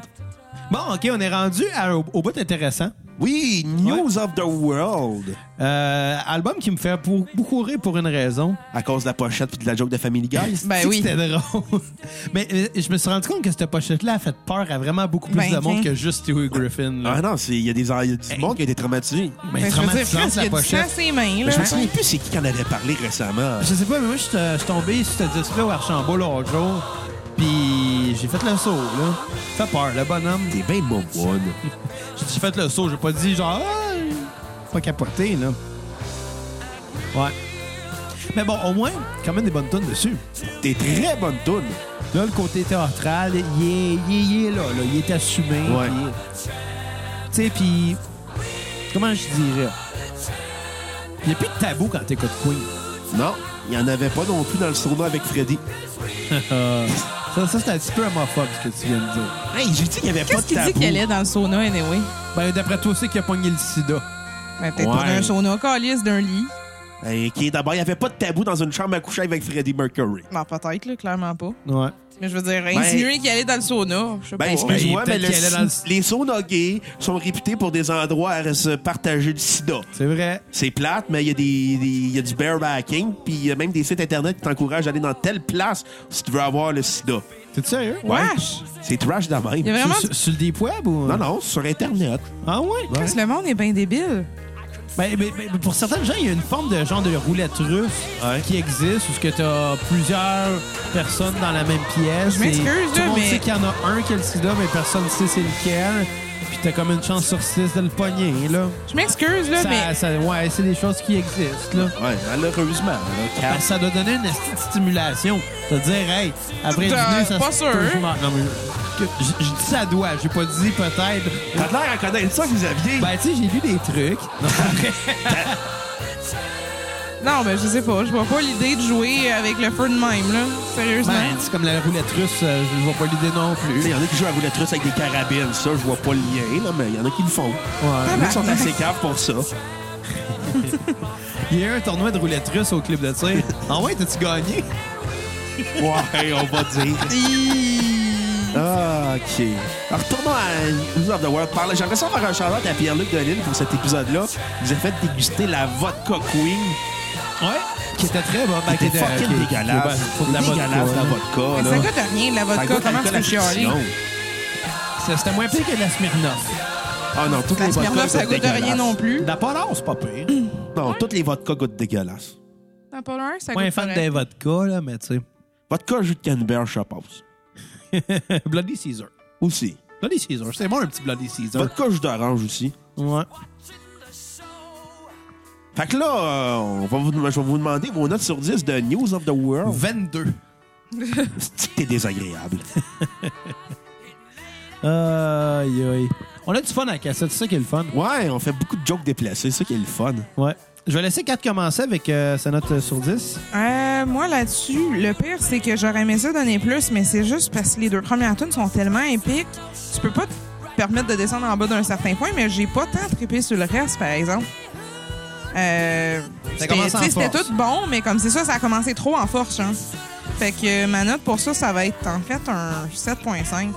Bon, OK, on est rendu à- au, au bout intéressant.
Oui, News of the World.
Euh, album qui me fait pour- beaucoup rire pour une raison.
À cause de la pochette puis de la joke de Family Guy.
Ben
Tu sais que
oui.
C'était drôle. Mais euh, je me suis rendu compte que cette pochette-là a fait peur à vraiment beaucoup plus
Ben,
de monde
ok.
que juste Stewie Griffin. là.
Ah non, c'est- il y a des il y a du monde qui a été traumatisé.
Mais
Ben, je veux dire,
traumatisante,
Chris, il a du sang à ses mains. Là,
Ben, Je me souviens plus c'est qui qui en avait parlé récemment.
Je sais pas, mais moi, je suis euh, je suis tombé sur ce disque-là au Archambault l'autre jour. Puis j'ai fait le saut, là. Ça fait peur, le bonhomme.
T'es bien bonne.
J'ai fait le saut, j'ai pas dit genre. Ah, pas capoté, là. Ouais. Mais bon, au moins, quand même des bonnes tonnes dessus.
T'es très bonne toune.
Là, le côté théâtral, il est, il est- il est là, là. Il est assumé.
Ouais.
puis- Tu sais, puis. Comment je dirais? Il n'y a plus de tabou quand t'écoutes Queen.
Non, il n'y en avait pas non plus dans le sauna avec Freddy.
Euh, ça, ça c'est un petit peu homophobe, ce que tu viens de dire.
Hey, j'ai dit qu'il n'y avait pas
Qu'est-ce
de
qu'il
tabou.
dit qu'elle est dans le sauna, anyway?
Ben, d'après toi aussi, qu'il a pogné le sida.
Ben, peut-être pas
Ouais.
d'un sauna, calice d'un lit.
Hey, ok, D'abord, il n'y avait pas de tabou dans une chambre à coucher avec Freddy Mercury.
Ben, peut-être, là, clairement pas.
Ouais.
Mais je veux dire, insinuer qu'il allait dans le sauna, je sais
Ben,
pas.
excuse-moi,
Ben,
mais
peut-être
le
qu'il allait dans le-
si- les saunas gays sont réputés pour des endroits à se partager du sida.
C'est vrai.
C'est plate, mais il y, a des- des- il y a du barebacking, puis il y a même des sites internet qui t'encouragent à aller dans telle place si tu veux avoir le sida.
T'es sérieux?
Wesh!
C'est trash de même.
Il y a vraiment.
Sur, sur- sur le deep web ou.
Non, non, sur Internet.
Ah ouais?
Ouais.
Chris, Le monde est bien débile.
Ben, ben, ben, pour certaines gens, il y a une forme de genre de roulette russe
Ouais.
qui existe où ce que t'as plusieurs personnes dans la même pièce.
Je m'excuse,
et Tout le
là,
monde
mais-
sait qu'il y en a un qui a le sida, mais personne ne sait c'est lequel. Puis t'as comme une chance sur six de le pogner, là.
Je m'excuse, là,
Ça-
mais.
ça- ouais, c'est des choses qui existent, là.
Ouais, malheureusement. là,
Ben,
car-
ça doit donner une esti de stimulation. Te dire, hey, après le
Euh,
dîner, ça
pas
se-
sûr.
je m'en- Non, mais que- j- j'ai dit ça doit, j'ai pas dit peut-être.
T'as l'air à connaître ça, vous aviez.
Ben, tu sais, j'ai lu des trucs. Non, après.
Non, mais je sais pas. Je vois pas l'idée de jouer avec le feu de même, là. Sérieusement.
Ben, c'est comme la roulette russe, euh, je vois pas l'idée non
Il
plus.
y en a qui jouent à la roulette russe avec des carabines. Ça, je vois pas le lien, là, mais il y en a qui le font.
Ouais.
Ils sont
Tabarnak.
assez caves pour ça.
Il y a eu un tournoi de roulette russe au club de tir. Ah ouais, t'as-tu gagné?
Ouais, on va dire. Ah, OK. Alors, retournons à News of the World. Parle- J'aimerais ça faire un shout-out à Pierre-Luc Delisle pour cet épisode-là. Il nous a fait déguster la vodka queen.
Ouais. Qui était très bon. Ben,
C'était
était-
fucking
qui-
dégueulasse.
qui- pour de la
dégueulasse,
vodka,
la
là.
vodka.
Mais
là.
ça coûte rien de la
Ça
vodka.
goûte
Comment
l'alcool
tu peux
à
chialer?
friction.
Ça, C'était moins pire que de la Smirnoff.
Ah non, toutes les
La
vodkas
Smirnoff, ça
goûtent
goûte rien
dégueulasses.
non plus.
La Polar, c'est pas pire.
Non, toutes les vodkas goûtent dégueulasses.
T'en parles un, ça
Moins
goûte
fan
correct.
des vodkas, là, mais tu
Vodka, jus de canneberge, je passe.
sais. Bloody Caesar.
Aussi.
Bloody Caesar. C'est bon, un petit Bloody Caesar.
Vodka, jus d'orange aussi.
Ouais.
Fait que là, euh, on va vous, je vais vous demander vos notes sur 10 de News of the World.
22.
C'est que t'es désagréable.
Aïe, aïe. On a du fun à la cassette, c'est ça qui est le fun.
Ouais, on fait beaucoup de jokes déplacés, c'est ça qui est le fun.
Ouais. Je vais laisser 4 commencer avec euh, sa note euh, sur 10.
Euh, moi, là-dessus, le pire, c'est que j'aurais aimé ça donner plus, mais c'est juste parce que les deux premières tunes sont tellement épiques. Tu peux pas te permettre de descendre en bas d'un certain point, mais j'ai pas tant trippé sur le reste, par exemple. Euh, c'était-
commence en
tu sais, c'était
force.
tout bon, mais comme c'est ça, ça a commencé trop en force. Hein. Fait que euh, ma note pour ça, ça va être en fait un 7.5.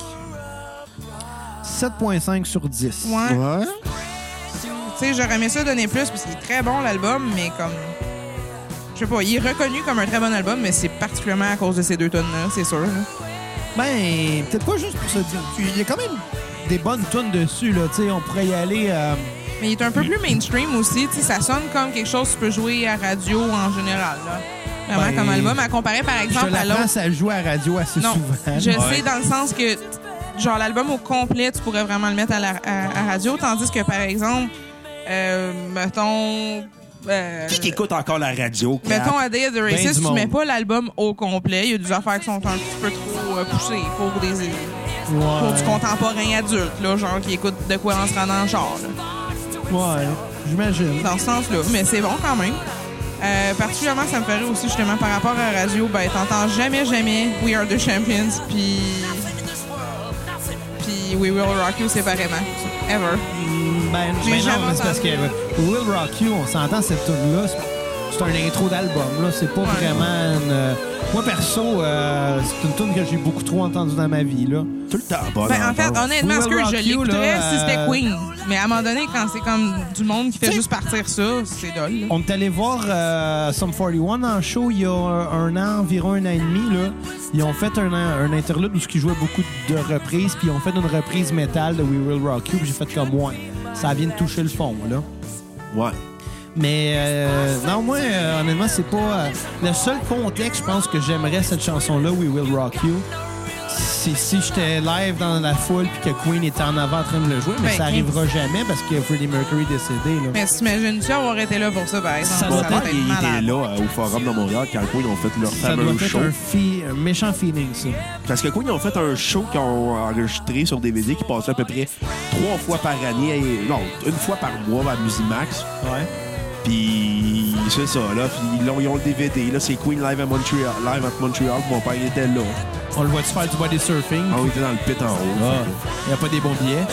7.5 sur 10.
Ouais. Tu sais, j'aurais aimé ça donner plus parce qu'il est très bon l'album, mais comme. Je sais pas, il est reconnu comme un très bon album, mais c'est particulièrement à cause de ces deux tonnes-là, c'est sûr. là.
Ben, peut-être pas juste pour ça. Il y a quand même des bonnes tunes dessus. Là, tu sais, on pourrait y aller. euh,
Mais il est un peu plus mainstream aussi. tu sais, Ça sonne comme quelque chose que tu peux jouer à radio en général. Là. Vraiment
Ben,
comme album. À comparer, par
je te
exemple, à
la
l'autre.
passe à jouer à radio assez
Non,
souvent.
je
Ouais.
sais dans le sens que, t- genre, l'album au complet, tu pourrais vraiment le mettre à la à- à radio, tandis que, par exemple, euh, mettons... euh,
Qui qui écoute encore la radio? Kat?
Mettons, à Day of the
Ben du
Racist, tu
monde.
mets pas l'album au complet. Il y a des affaires qui sont un petit peu trop euh, poussées pour, des, pour du
Ouais,
contemporain adulte, là, genre qui écoute de quoi en se rendant en char. là.
ouais, j'imagine.
dans ce sens-là. Mais c'est bon quand même. Euh, particulièrement, ça me ferait aussi justement par rapport à la radio, ben t'entends jamais, jamais We Are the Champions, puis puis We Will Rock You séparément, ever.
Ben,
J'ai
ben
jamais
non, mais c'est parce que
entendu.
euh, Will Rock You, on s'entend cette tune là c'est un intro d'album, là. C'est pas vraiment une. euh, Moi, perso, euh, c'est une tune que j'ai beaucoup trop entendue dans ma vie, là.
Tout le temps,
Ah,
bon.
Ben, en fait, honnêtement,
We
ce
Will
que je
Rock You,
l'écouterais
là,
si c'était
euh,
Queen. Mais à un moment donné, quand c'est comme du monde qui fait
T'sais-
juste partir ça, c'est dole. là.
On est allé voir euh, Sum 41 en show il y a un an, environ un an et demi. Là. Ils ont fait un, un interlude où ils jouaient beaucoup de reprises, puis ils ont fait une reprise métal de We Will Rock You, puis j'ai fait comme moi. Ça vient de toucher le fond, là.
Ouais.
Mais euh, non, moi, euh, honnêtement, c'est pas. euh, le seul contexte, je pense, que j'aimerais cette chanson-là, We Will Rock You, c'est si j'étais live dans la foule puis que Queen était en avant en train de le jouer, mais
Ben,
ça arrivera jamais parce que Freddie Mercury est décédé. Là.
Mais t'imagines-tu avoir été là pour ça, par exemple?
Ça
Ça
doit
doit
être-
être
il était
malade.
là euh, au Forum de Montréal quand Queen ont fait leur
ça doit
fameux
être
show.
un, fi- un méchant feeling, ça.
Parce que Queen ont fait un show qu'ils ont enregistré sur DVD qui passait à peu près trois fois par année. et- Non, une fois par mois à Musimax.
Ouais.
Puis c'est ça, là. Puis ils l'ont- ils ont le DVD. Là, c'est Queen Live à Montreal. Live at Montreal. Mon père, il était là.
On le voit-tu faire du body surfing?
Ah, il était dans le pit en haut.
Ah. Il n'y a pas des bons billets.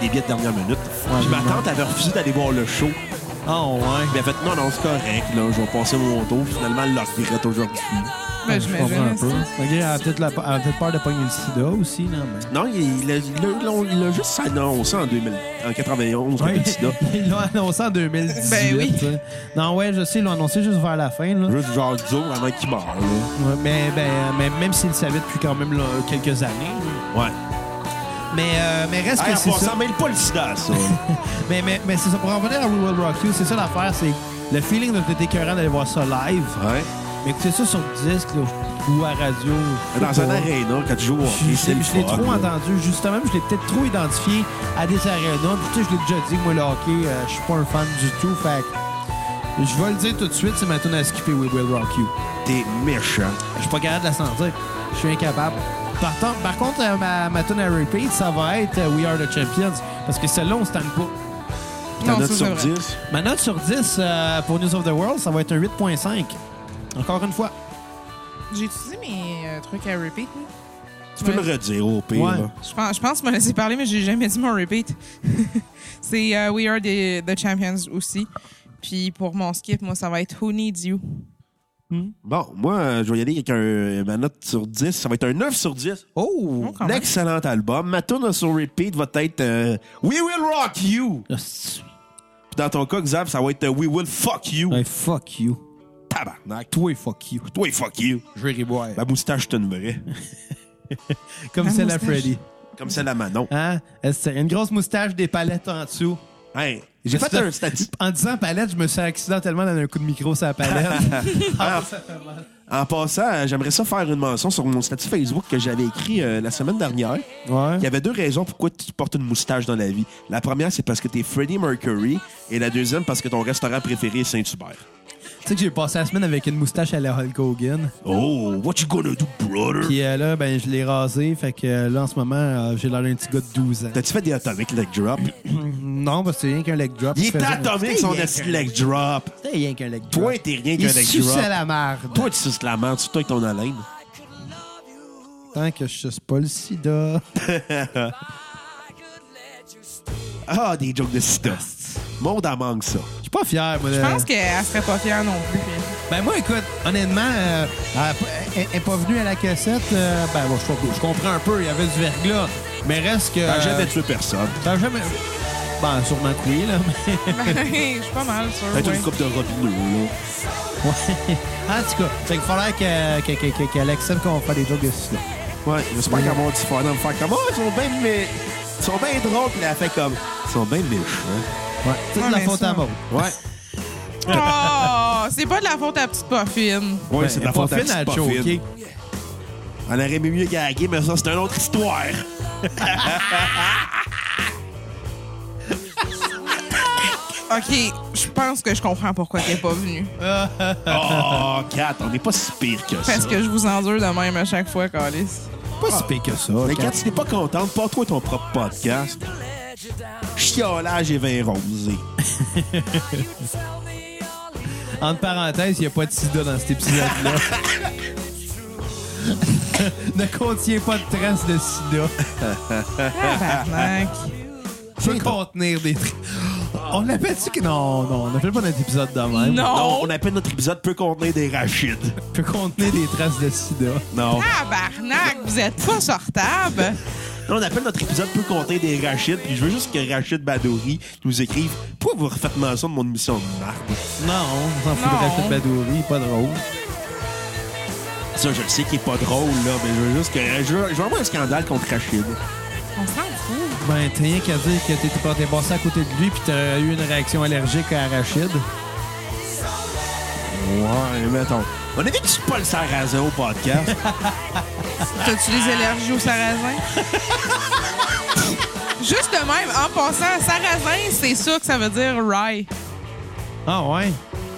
Des billets de dernière minute.
Ouais,
Puis ma
vraiment.
tante avait refusé d'aller voir le show.
Oh, ouais.
Mais elle a fait, non, non, c'est correct, là. Je vais passer mon tour. Finalement, elle le regrette aujourd'hui.
Ben,
Je comprends un
j'imagine.
peu. Fait que, Elle a peut-être la- elle a peut-être peur de pogner le sida aussi, non? Mais...
Non, il il l'a- il l'a ils l'ont- il l'a juste annoncé en 2000, en 91, le petit là.
Ils l'ont annoncé en 2018.
Ben oui.
hein. Non, ouais, je sais, ils l'ont annoncé juste vers la fin. Là.
Juste genre 10 jours avant qu'il meure, là.
Ouais, mais, ben, mais même s'ils le savaient depuis quand même là, quelques années.
Ouais.
Mais, euh, mais reste
Hey,
que
en
c'est
passant,
ça.
mêle pas le sida, ça.
Mais, mais, mais c'est ça. Pour en revenir à We Will Rock You, c'est ça l'affaire. C'est le feeling de t'être écœurant d'aller voir ça live.
ouais.
Mais écoutez ça sur disque là, ou à radio. je sais
Dans un
pas.
aréna, quand tu joues au
Je-
hockey,
Je
c'est le
l'ai- je l'ai
fun,
trop
là.
entendu, justement, puis je l'ai peut-être trop identifié à des arénas. Puis, tu sais, je l'ai déjà dit, moi, le hockey, euh, je suis pas un fan du tout. Fait que je vais le dire tout de suite, c'est ma tune à skipper We Will Rock You.
T'es méchant.
Je suis pas capable de la sentir. Je suis incapable. Par, ton- par contre, euh, ma, ma tune à repeat, ça va être euh, We Are the Champions, parce que celle-là, on se tanne pas.
T'en
Non,
as
ça,
sur
c'est vrai.
10?
Ma note sur 10 euh, pour News of the World, ça va être un 8.5. Encore une fois.
J'ai utilisé mes euh, trucs à repeat. là.
Tu peux
Ouais.
le redire au pire,
Ouais.
là.
Je pense, je pense me laisser parler, mais j'ai jamais dit mon repeat. c'est euh, We Are the, the Champions aussi. Puis pour mon skip, moi, ça va être Who Needs You.
Bon, moi, euh, je vais y aller avec un, ma note sur 10. Ça va être un 9 sur 10.
Oh!
quand
Un
même.
excellent album. Ma tune sur repeat va être euh, We Will Rock You. Puis dans ton cas, Xav, ça va être euh, We Will Fuck You.
fuck you.
Tabarnak.
Toi,
Toi,
fuck you. Bah,
toi, fuck you.
Je vais riboire.
Ma moustache, c'est une vraie.
Comme
La
celle à
moustache.
Freddy.
Comme celle à Manon.
Hein? Est-ce que- Une grosse moustache, des palettes en dessous.
Hey, j'ai fait un statistique.
En disant palette, je me suis accidentellement donné un coup de micro sur la palette. Ah, ça fait mal.
En passant, euh, j'aimerais ça faire une mention sur mon statut Facebook que j'avais écrit euh, la semaine dernière. Il y
Ouais.
avait deux raisons pourquoi tu portes une moustache dans la vie. La première, c'est parce que t'es Freddie Mercury. Et la deuxième, parce que ton restaurant préféré est Saint-Hubert.
Tu sais que j'ai passé la semaine avec une moustache à la Hulk Hogan.
Oh, what you gonna do, brother?
Puis euh, là, ben, je l'ai rasé. Fait que euh, là, en ce moment, euh, j'ai l'air d'un petit gars de 12 ans.
T'as-tu fait des atomiques leg drop?
Non, parce que c'est rien qu'un leg drop.
Il
Je
est
faisais-
atomique,
C'était
son
rien
esti
qu'un-
leg drop.
C'était rien qu'un leg drop.
Toi, t'es rien qu'un
Il
leg
suçait
drop.
la marde.
Toi, tu suces la merde, c'est toi avec ton haleine.
Tant que je suce pas le sida.
Ah, des jokes de sida. Monde en manque, ça.
Je suis pas fier, moi.
Je pense qu'elle serait pas fière non plus.
Ben moi, écoute, honnêtement, euh, elle n'est pas venue à la cassette. euh, ben bon, je, je comprends un peu, il y avait du verglas. Mais reste que...
T'as jamais
euh,
tué personne.
t'as jamais... Ben, sûrement coulé, là. mais-
Ben, Je suis pas mal sûre.
Peut-être
ouais.
une coupe de robinet, là.
ouais. En tout cas, fait qu'il faudrait que- que- que- que- qu'elle accepte qu'on fasse des jokes de sida.
Ouais, j'espère qu'elle va du fun à me faire comme Ah, ils sont oh, bien, mais. Ils sont bien drôles, puis elle a fait comme. Ils sont bien méchants.
Ouais. C'est de
Ouais,
la
mais
faute
ça-
à Maud.
Ouais.
Oh, c'est pas de la faute à la petite poffine.
Ouais,
Ben,
c'est de la faute à
Poffin,
la
elle
petite
a
Poffin.
choqué.
On aurait aimé mieux gaguer, mais ça, c'est une autre histoire.
OK, je pense que je comprends pourquoi t'es pas venu.
Oh, Kat, on n'est pas si pire que ça.
Parce que je vous endure de même à chaque fois, Calice.
Pas
Ah.
si pire que ça.
Mais
Kat.
Kat, tu n'es pas contente, porte-toi ton propre podcast. Chiolage et vin rosé.
Entre parenthèses, il n'y a pas de sida dans cet épisode-là. ne contient pas de traces de sida.
Tabarnak.
Peut contenir des traces. On appelle-tu que. Non, non, on n'appelle pas notre épisode de même.
Non,
Non.
on appelle notre épisode Peut contenir des rachides.
Peut contenir des traces de sida.
Non.
Tabarnak, vous êtes pas sortable.
Non, on appelle notre épisode Peut contenir des rachides. Puis je veux juste que Rachid Badouri nous écrive Pourquoi vous refaites mention de mon émission de marque
Non, on s'en fout de
Non.
Rachid Badouri, pas drôle.
Ça, je le sais qu'il est pas drôle, là, mais je veux juste que. Je veux, je veux avoir un scandale contre Rachid.
On s'en fout.
Ben, t'as rien qu'à dire que t'étais pas- t'es passé à côté de lui puis t'as eu une réaction allergique à Rachid.
Ouais, mettons. On avait dit pas le sarrasin au podcast.
T'as-tu des allergies au sarrasin? Juste de même, en passant, sarrasin, c'est ça que ça veut dire rye.
Ah ouais?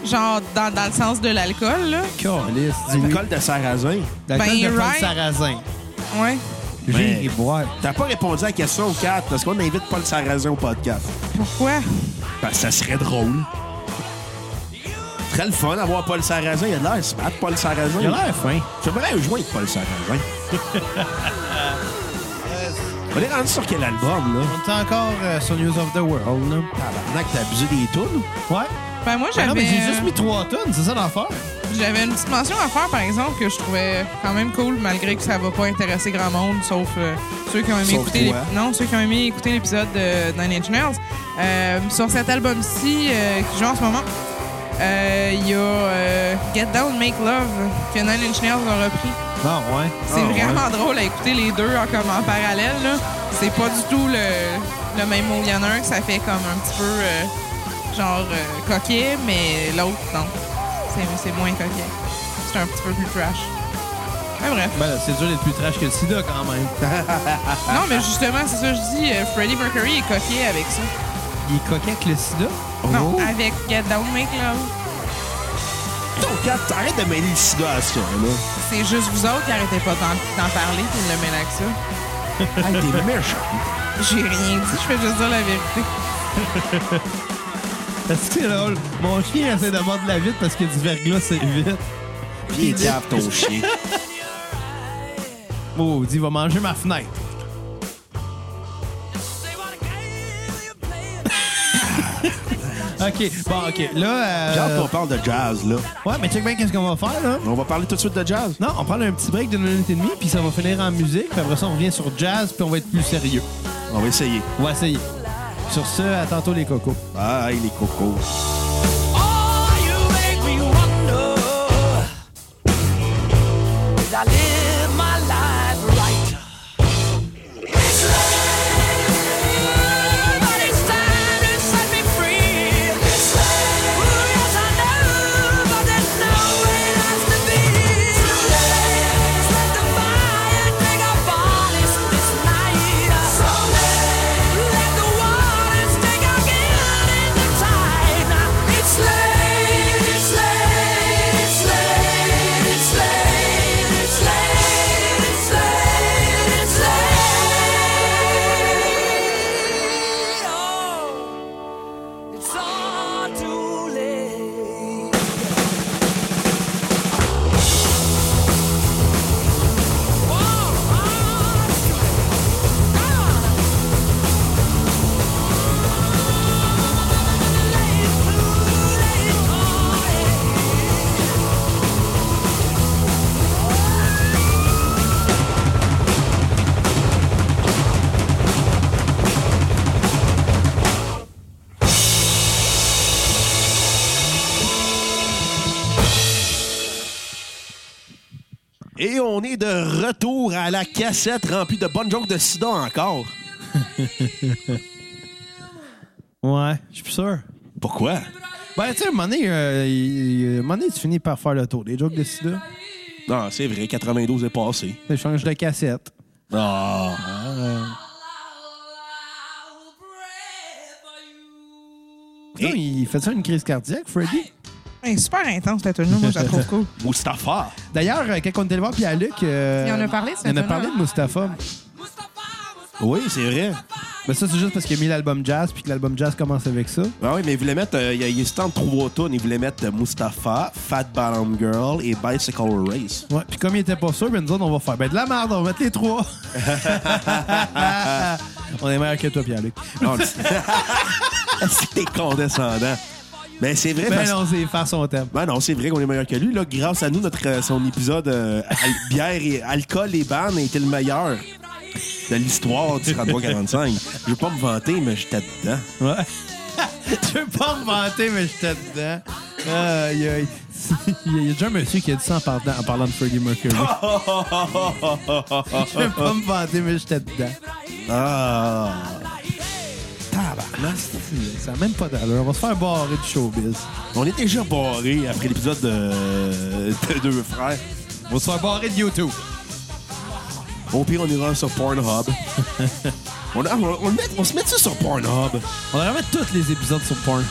Genre, dans, dans le sens de l'alcool, là.
Calice,
du
du
col de sarrasin.
L'alcool
Ben,
de Paul
right.
sarrasin.
Ouais.
J'ai
Ben.
ri boire.
T'as pas répondu à la question 4 parce qu'on invite Paul Sarrazin au podcast.
Pourquoi?
Ben, ça serait drôle. Très le fun d'avoir Paul Sarrazin. Il a de l'air smart, Paul Sarrazin.
Il a l'air fin.
J'aimerais un joint de Paul Sarrazin. On est rendu sur quel album, là?
On est encore euh, sur News of the World, là.
Tabarnak, t'as abusé des tunes?
Ouais. Ah
Ben, moi, j'avais.
non, mais j'ai juste mis trois tonnes, c'est ça l'affaire?
J'avais une petite mention à faire, par exemple, que je trouvais quand même cool, malgré que ça va pas intéresser grand monde, sauf euh, ceux qui ont aimé
Sauf
écouter l'ép-
toi.
non, ceux qui ont aimé écouter l'épisode de Nine Inch Nails. Euh, sur cet album-ci euh, qui joue en ce moment, euh, il y a euh, Get Down, Make Love que Nine Inch Nails a repris.
Non, Ah, ouais.
C'est vraiment drôle à écouter les deux en, comme en parallèle. là. C'est pas du tout le, le même mot. Il y en a un que ça fait comme un petit peu euh, genre euh, coquet, mais l'autre, non. C'est- C'est moins coquet. C'est un petit peu plus trash. Mais bref.
Ben, là, c'est dur d'être plus trash que le sida quand même.
Non, mais justement, c'est ça que je dis. euh, Freddie Mercury est coquet avec ça.
Il est coquet avec le sida?
Non,
Oh.
avec Get Down Make Love.
Ton 4, arrête de mêler le sida à ça, là.
C'est juste vous autres qui arrêtez pas d'en d'en parler puis de le mêler avec ça.
Hey, t'es méchant.
J'ai rien dit. Je fais juste dire la vérité.
Est-ce que c'est drôle? Mon chien essaie de boire de la vite parce qu'il y a du verglas, c'est vite.
Viens, diable, ton chien.
Oh, il dit, il va manger ma fenêtre. OK, bon, OK. Là, euh,
J'ai hâte qu'on parle de jazz, là.
ouais, mais check bien qu'est-ce qu'on va faire, là.
On va parler tout de suite de jazz.
Non, on prend un petit break d'une minute et demie, puis ça va finir en musique, puis après ça, on revient sur jazz, puis on va être plus sérieux.
On va essayer.
On va essayer. Sur ce, à tantôt, les cocos.
Ah, les cocos.
Oh, you make me wonder Did I live my life right? It's love, but it's time to set me free. It's love, oh yes I know, but there's no way it has to be. Let's let the fire take our bodies this night. Let the waters take our guilt in the tide. It's late, it's late, it's late, it's late, it's late, it's late, it's late. Oh, it's all too late.
Et on est de retour à la cassette remplie de bonnes jokes de sida encore.
Ouais, je suis plus sûr.
Pourquoi?
Ben, tu sais, à un moment donné, euh, il- il- à un moment donné, tu finis par faire le tour. Les jokes de sida,
Non, Ah, c'est vrai, 92 est passé.
tu changes de cassette.
Ah,
Putain,
Et-
il fait ça une crise cardiaque, Freddy?
Elle est super intense, cette tune Moi, je la trouve cool.
Euh,
Mustapha.
D'ailleurs, euh, quand on était le voir, puis à Luc... euh,
Il en a parlé,
Il
cette
en a
tune-là,
parlé de
hein?
Mustapha.
Oui, c'est vrai.
Mais ça, c'est juste parce qu'il a mis l'album jazz, puis que l'album jazz commence avec ça.
Ah oui, mais il voulait mettre. euh, il y a- il est temps de trois tonnes. Il voulait mettre euh, Mustapha, Fat Bottom Girl et Bicycle Race.
Ouais, puis comme il était pas sûr, ben nous autres, on va faire ben de la merde, on va mettre les trois. on est meilleur que toi, Pierre-Luc.
Non, Ah, c'est t'es condescendant. Mais c'est vrai.
Ben
parce-
non, c'est faire son thème.
Ben non, c'est vrai qu'on est meilleur que lui. Là, grâce à nous, notre, euh, son épisode euh, al- bière et alcool et ban a été le meilleur de l'histoire du 33-45. Je veux pas me vanter, mais j'étais dedans.
Ouais. Je veux pas remonter, mais j'étais dedans. Aïe, aïe. Il y a- il y a déjà un monsieur qui a dit ça en parlant, en parlant de Freddie Mercury. Je veux pas me vanter, mais j'étais dedans.
Ah! Tabarnak!
Ça n'a même pas d'allure. On va se faire barrer du showbiz.
On est déjà barré après l'épisode de, de Deux Frères.
On va se faire barrer de YouTube.
Au pire, on ira sur Pornhub. on, a- on- on le met- on se met ça sur Pornhub?
On va remettre tous les épisodes sur Pornhub.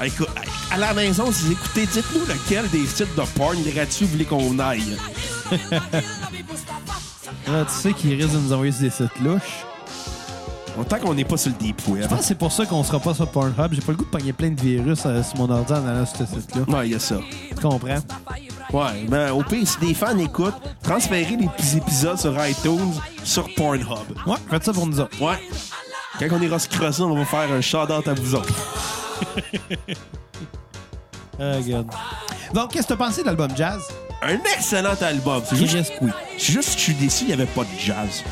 Ah, écoute, à à la maison, si vous écoutez, dites-nous lequel des sites de porn gratuits vous voulez qu'on aille.
Là, Ah, tu sais qu'ils risquent de nous envoyer sur des sites louches.
Tant qu'on n'est pas sur le deep web.
Je pense que c'est pour ça qu'on sera pas sur Pornhub. J'ai pas le goût de pogner plein de virus euh, sur mon ordi en allant sur ce site-là.
Ouais, il y a ça.
Tu comprends?
Ouais, ben au pire, si des fans écoutent, transférez les petits épisodes sur iTunes sur Pornhub.
Ouais, faites ça pour nous autres.
Ouais. Quand on ira se crosser, on va faire un shout-out à vous autres.
Ah, God. Donc, qu'est-ce que t'as pensé de l'album Jazz?
Un excellent album. C'est juste,
Yes, oui.
je suis juste, je suis déçu, il n'y avait pas de jazz.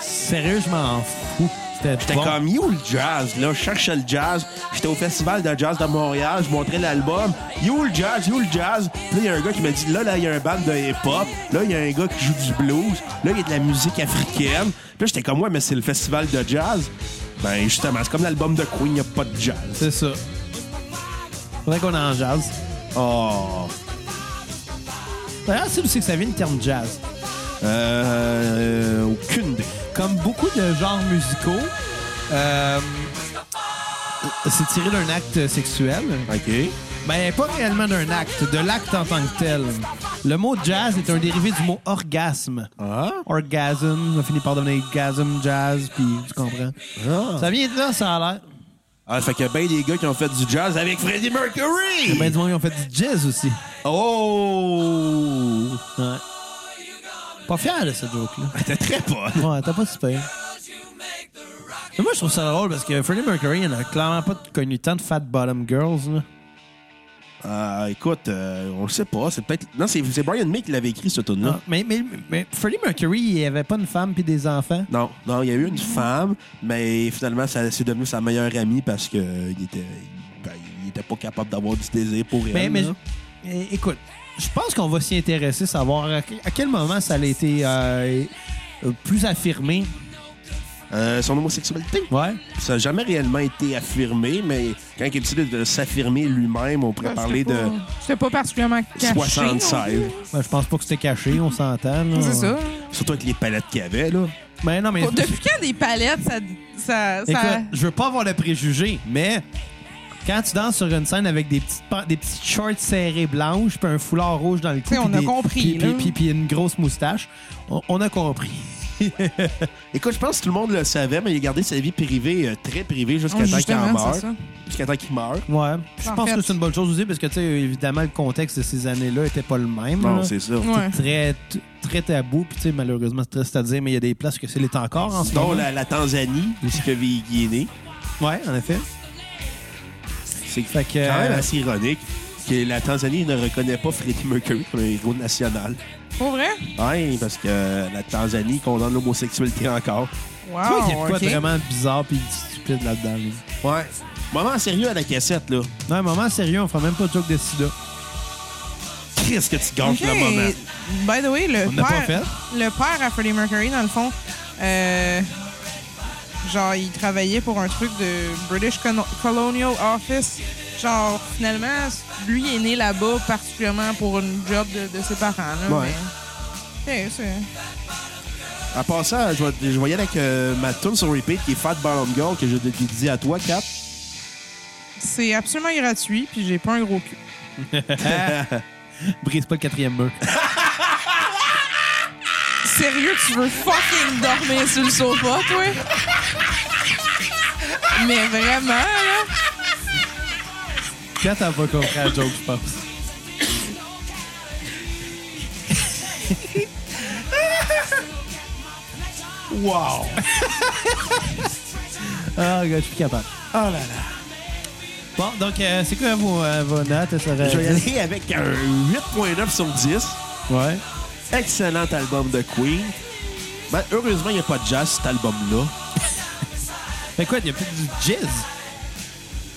Sérieux, je m'en fous. C'était
J'étais
bon.
comme, yo, le jazz, là, je cherchais le jazz. J'étais au festival de jazz de Montréal, je montrais l'album. Yo, le jazz, yo, le jazz. Puis là, il y a un gars qui m'a dit, là, là, il y a un band de hip-hop. Là, il y a un gars qui joue du blues. Là, il y a de la musique africaine. Puis là, j'étais comme, ouais, mais c'est le festival de jazz. Ben, justement, c'est comme l'album de Queen, il n'y a pas de jazz.
C'est ça. Faudrait qu'on en jazz.
Oh.
D'ailleurs, c'est aussi que ça vient le terme jazz.
Euh. Aucune idée.
Comme beaucoup de genres musicaux, euh, c'est tiré d'un acte sexuel.
OK.
Ben, pas réellement d'un acte, de l'acte en tant que tel. Le mot jazz est un dérivé du mot orgasme.
Ah?
Orgasm, on finit par donner orgasm, jazz, puis tu comprends. Ça vient de là, ça a l'air.
Ah, fait qu'il y a bien des gars qui ont fait du jazz avec Freddie Mercury!
Ben, du monde, ils ont fait du jazz aussi.
Oh!
Ouais. Pas fier de ce joke-là.
T'es très pas.
Ouais, t'as pas super. Mais moi, je trouve ça drôle parce que Freddie Mercury, il n'a clairement pas connu tant de Fat Bottom Girls. Là.
Ah, écoute, euh, on le sait pas. C'est peut-être. Non, c'est c'est Brian May qui l'avait écrit, ce tune là
Ah, Mais, mais, mais Freddie Mercury, il avait pas une femme puis des enfants.
Non, non, il y a eu une femme, mais finalement, ça c'est devenu sa meilleure amie parce que euh, il était, il- ben, il était pas capable d'avoir du désir pour elle.
Mais, mais
là.
mais écoute, je pense qu'on va s'y intéresser, savoir à que- à quel moment ça a été euh, euh, plus affirmé.
Euh, son homosexualité,
Ouais.
ça n'a jamais réellement été affirmé, mais quand il a décidé de s'affirmer lui-même, on pourrait parler
Ah, C'était
de
pas- C'était pas particulièrement caché. hein?
76.
Ben, je pense pas que c'était caché, on s'entend. là.
C'est ça.
Surtout avec les palettes qu'il avait, là.
Ben, non, mais.
Pour- Depuis quand des palettes, ça. ça,
Écoute,
ça...
je veux pas avoir de préjugés, mais quand tu danses sur une scène avec des petites, pan- des petites shorts serrées blanches, puis un foulard rouge dans le cou,
T'sais,
puis
on a
des-
compris,
puis-
là.
puis- puis- puis une grosse moustache, on, on a compris.
Écoute, je pense que tout le monde le savait, mais il a gardé sa vie privée, euh, très privée, jusqu'à
Oh,
temps qu'il en
justement,
meure.
c'est ça.
Jusqu'à temps qu'il meure.
Ouais. Je
En
pense
fait-
que c'est une bonne chose aussi parce que tu sais, évidemment le contexte de ces années-là était pas le même.
Non,
là.
c'est ça.
Ouais.
très t- très tabou, puis tu sais, malheureusement c'est triste à dire, mais il y a des places que c'est l'est encore en ce
dont
moment.
la, la Tanzanie, où ce que Viggy est né.
Ouais, en effet.
C'est
Fait que,
quand même
euh,
assez ironique que la Tanzanie ne reconnaît pas Freddie Mercury comme un héros national.
Pour vrai?
Ouais, parce que euh, la Tanzanie condamne l'homosexualité encore.
Wow.
Tu vois, il y a de quoi
Ah, ok.
de vraiment bizarre puis de stupide là-dedans. là.
Ouais. Moment sérieux à la cassette, là.
Non, un moment sérieux, on fera même pas de joke de sida.
Qu'est-ce que tu gâches
Ok.
le moment?
By the way, le
On n'a pas
père,
fait.
le père à Freddie Mercury, dans le fond, euh, Genre, il travaillait pour un truc de British Colo- Colonial Office. Genre, finalement, lui est né là-bas particulièrement pour une job de, de ses parents. Là,
Ouais.
mais- Ok, c'est-
En passant, je vais, je vais y aller avec euh, ma tune sur repeat qui est Fat Bottom Girl que je dédie à toi, Cap.
c'est absolument gratuit, puis j'ai pas un gros cul.
Brise pas le quatrième mur.
Sérieux, tu veux fucking dormir sur le sofa, toi? Mais vraiment, là?
Kat, elle va comprendre la joke, je pense.
Wow!
Ah, gars, je suis plus capable.
Oh là là!
Bon, donc, euh, c'est quoi vos, euh, vos notes? Ça va-
Je vais y aller avec un 8.9 sur 10.
Ouais.
Excellent album de Queen. Ben, heureusement, il n'y a pas de jazz cet album-là.
Fait Ben, quoi, il y a plus du jazz?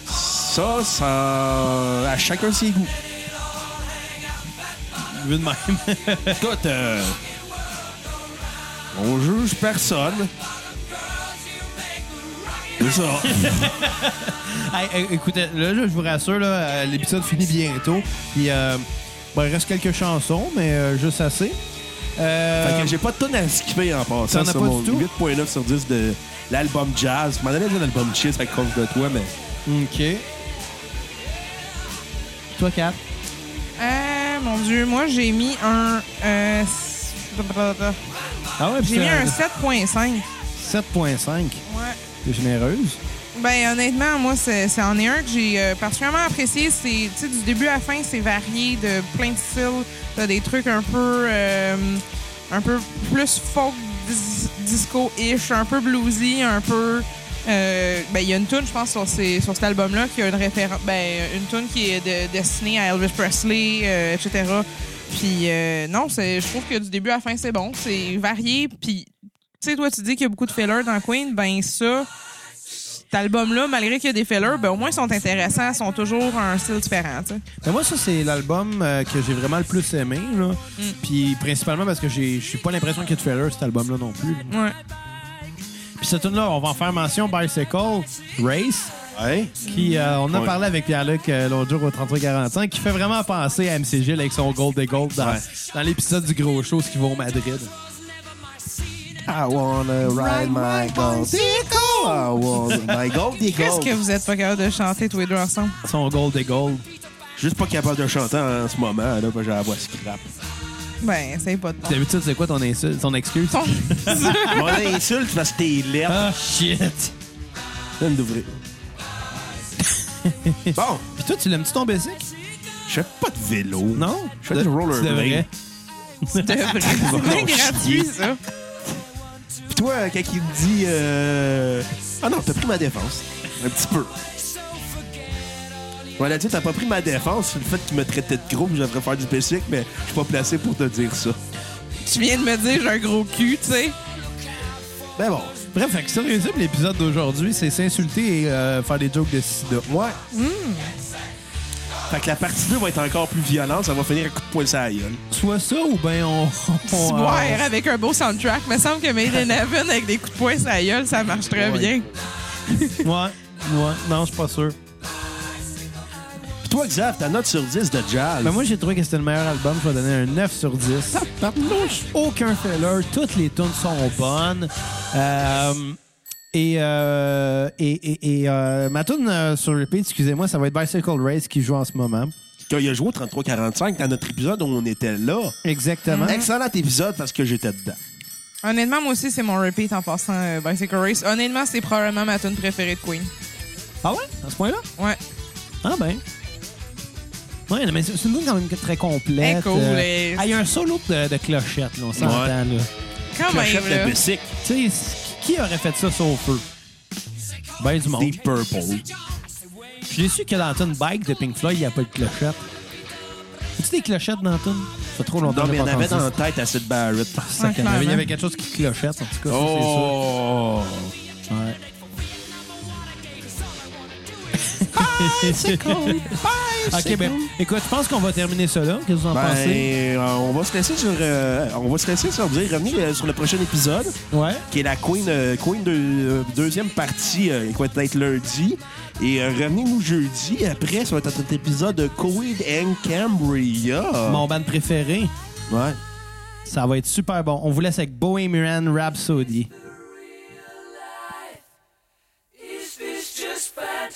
Ça, ça. à chacun ses goûts.
Vu de même.
Écoute, euh, on juge personne. C'est ça.
Hey, hey, écoutez, là, là, je vous rassure, là, euh, l'épisode finit bientôt. Puis, euh, bon, il reste quelques chansons, mais euh, juste assez. Euh,
Fait que j'ai pas de tonne à skipper en passant.
T'en as
sur
pas
mon
du tout?
8.9 sur 10 de l'album jazz. Je m'en allais dire l'album chiss à cause de toi, mais.
OK. Toi, Kat?
Euh, mon Dieu, moi, j'ai mis un... euh, s-
Ah ouais, puis
j'ai mis un
c'est
7.5.
un 7.5.
Ouais.
T'es généreuse.
Ben honnêtement, moi, c'est c'est en est un que j'ai euh, particulièrement apprécié. C'est, tu sais, du début à la fin, c'est varié de plein de styles. T'as des trucs un peu, euh, un peu plus folk dis- disco-ish, un peu bluesy, un peu. euh, ben, il y a une tune, je pense, sur, ces- sur cet album-là qui a une référence. Ben, une tune qui est de- destinée à Elvis Presley, euh, etc. Puis euh, non, c'est, je trouve que du début à la fin, c'est bon. C'est varié. Puis, tu sais, toi, tu dis qu'il y a beaucoup de fillers dans Queen. Ben ça cet album-là, malgré qu'il y a des fillers, ben, au moins ils sont intéressants, ils sont toujours un style différent. tu sais.
Mais moi, ça, c'est l'album euh, que j'ai vraiment le plus aimé. Là.
Mm.
Puis principalement parce que j'ai j'ai pas l'impression qu'il y a de trailer cet album-là non plus.
Ouais.
Puis cette tune-là, on va en faire mention, Bicycle Race,
Ouais.
qui, euh, on a
Ouais.
parlé avec Pierre-Luc euh, l'autre jour au 3345, qui fait vraiment penser à MCG avec son Gold de Gold dans,
Ouais.
dans l'épisode du Gros Show, ce qui va au Madrid.
I wanna ride my gold eagle. I wanna my gold
Qu'est-ce que
eagle.
vous êtes pas capable de chanter tous les deux ensemble?
Son Gold de Gold.
Je suis juste pas capable de chanter en ce moment, là, parce que j'ai la voix scrap.
Ben, c'est pas de bon.
D'habitude, c'est quoi ton, insulte, ton excuse?
Ton-
Mon insulte, parce que t'es lettre.
Ah, shit!
Je viens d'ouvrir. bon,
Puis toi, tu l'aimes-tu ton basic?
je fais pas de vélo.
Non?
Je fais du rollerblade.
Tu devrais.
Ah,
C'est bien gratuit, ça.
Pis toi, quand il te dit. euh, Ah non, t'as pris ma défense. Un petit peu. On l'a dit, t'as pas pris ma défense sur le fait qu'il me traitait de gros, puis je devrais faire du basic, mais je suis pas placé pour te dire ça.
Tu viens de me dire j'ai un gros cul, tu sais.
Ben bon.
Bref, fait que ça résume l'épisode d'aujourd'hui, c'est s'insulter et euh, faire des jokes de sida.
Ouais. Fait que la partie 2 va être encore plus violente, ça va finir à coup de poing sur la gueule.
Soit ça ou ben on... on- euh,
Petit boire avec un beau soundtrack. me semble que Made in Heaven avec des coups de poing sur la gueule, ça marche très
Ouais.
bien.
Ouais, ouais. Non, je suis pas sûr.
Pis toi, Xav, ta note sur 10 de jazz.
Ben moi, j'ai trouvé que c'était le meilleur album. Je vais donner un 9 sur 10. Aucun failure. Toutes les tunes sont bonnes. Euh, et euh, et, et, et, euh, ma tune euh, sur repeat, excusez-moi, ça va être Bicycle Race qui joue en ce moment.
Quand il a joué au 33-45, dans notre épisode où on était là.
Exactement.
Excellent épisode parce que j'étais dedans.
Ah,
Honnêtement, moi aussi, c'est mon repeat en passant euh, Bicycle Race. Honnêtement, c'est probablement ma tune préférée de Queen.
Ah ouais? À ce point-là?
Ouais.
Ah ben. Ouais, mais c'est c'est une tune quand même très complète.
Hey, cool, les-
ah, il y a un solo de, de clochette, là, on s'entend.
Ouais.
là.
Quand
ben,
J'achète
même, là.
le basic.
Tu sais, c- qui aurait fait ça sauf feu? Ben du monde.
Deep Purple.
Je l'ai su que dans la tune Bike de Pink Floyd, il n'y a pas de clochette. As-tu des clochettes dans la tune? Ça fait trop longtemps
Non,
que
mais il
j'ai
y en
pas
avait
entendu
dans la tête à cette Barrett.
Ah, ça.
Ouais,
Il y avait- il y
clairement.
avait quelque chose qui clochette, en tout cas,
Oh!
ça, c'est sûr. Ouais.
Bicycle,
OK, ben, écoute, je pense qu'on va terminer ça là. Qu'est-ce que vous en
Ben,
pensez?
euh, on va se laisser sur, euh, on va se laisser sur, vous allez revenir euh, sur le prochain épisode,
Ouais.
qui est la Queen, euh, Queen de, euh, deuxième partie, euh, qui va être lundi. Et euh, revenez-nous jeudi. Après, ça va être notre épisode de Covid and Cambria.
Mon band préféré.
Ouais.
Ça va être super bon. On vous laisse avec Bohemian Rhapsody.
Is this just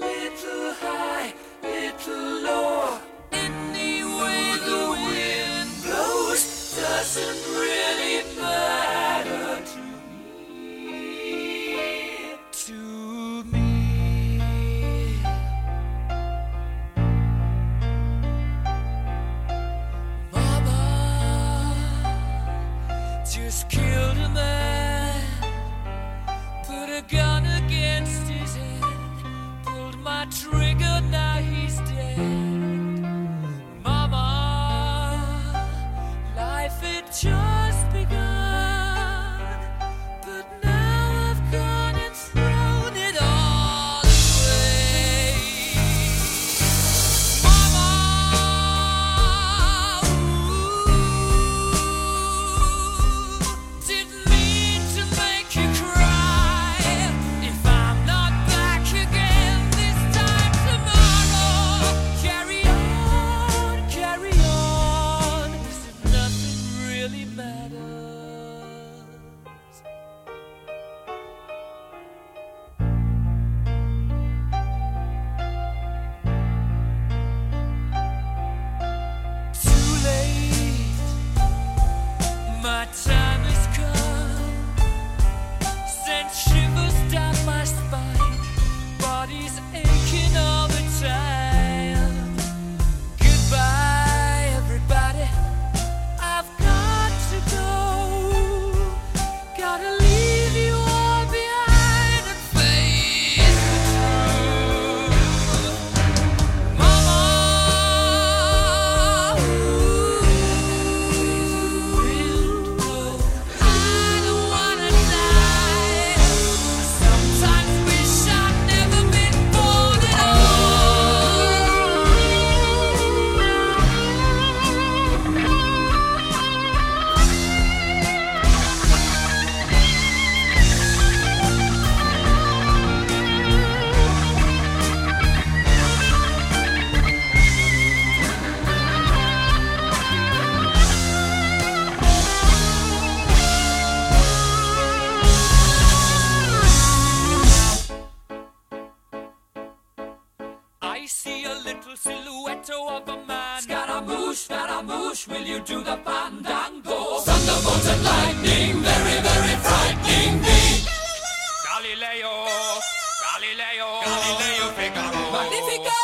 little high, little low. Any way the wind blows doesn't really matter to me. To me. Mama just killed a man, put a gun against his head, pulled my trigger, now he's dead. Mama, life had just begun, but now I've gone and thrown it all away. Mama, didn't mean to make you cry. If I'm not back again this time tomorrow, carry on, carry on, nothing really matters. too late. My time has come. Sent shivers down my spine. Body's aching all the time. Goodbye, everybody. I've got to go. Gotta leave you all behind and face the truth. Mama, I don't wanna die. Sometimes wish I'd never been born at all. I see a little silhouette of a man. Scaramouche, Scaramouche, will you do the fandango? Thunderbolt and lightning, very, very frightening me. Galileo, Galileo, Galileo Figaro. Magnifico!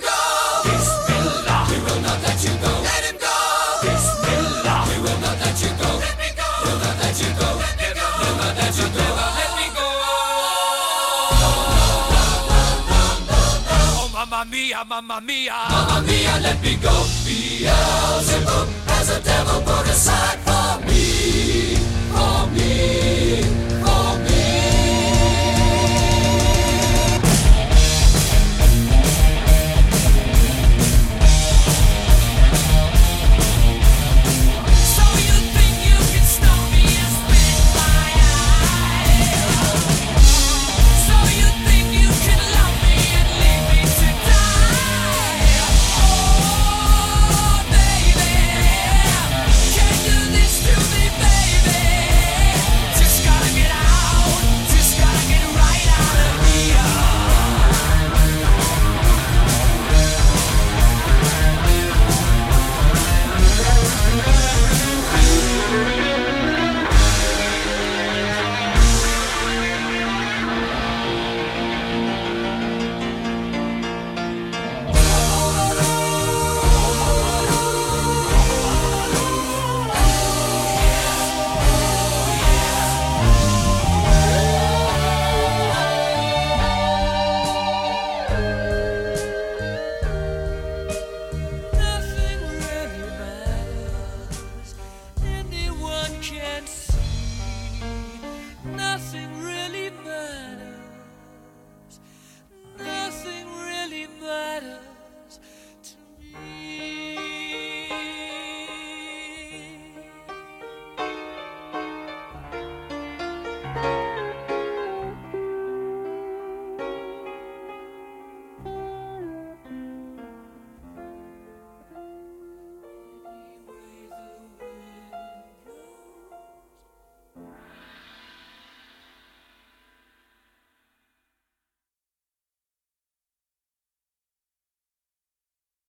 go. Bismillah. We will not let you go. Let him go. Bismillah. We will not let you go. Let me go. We'll not let you go. Let me go. We'll not let you go. Never let me go. Oh, Mamma mia, mamma mia, mamma mia, let me go. Beelzebub has a devil put aside for me, for me.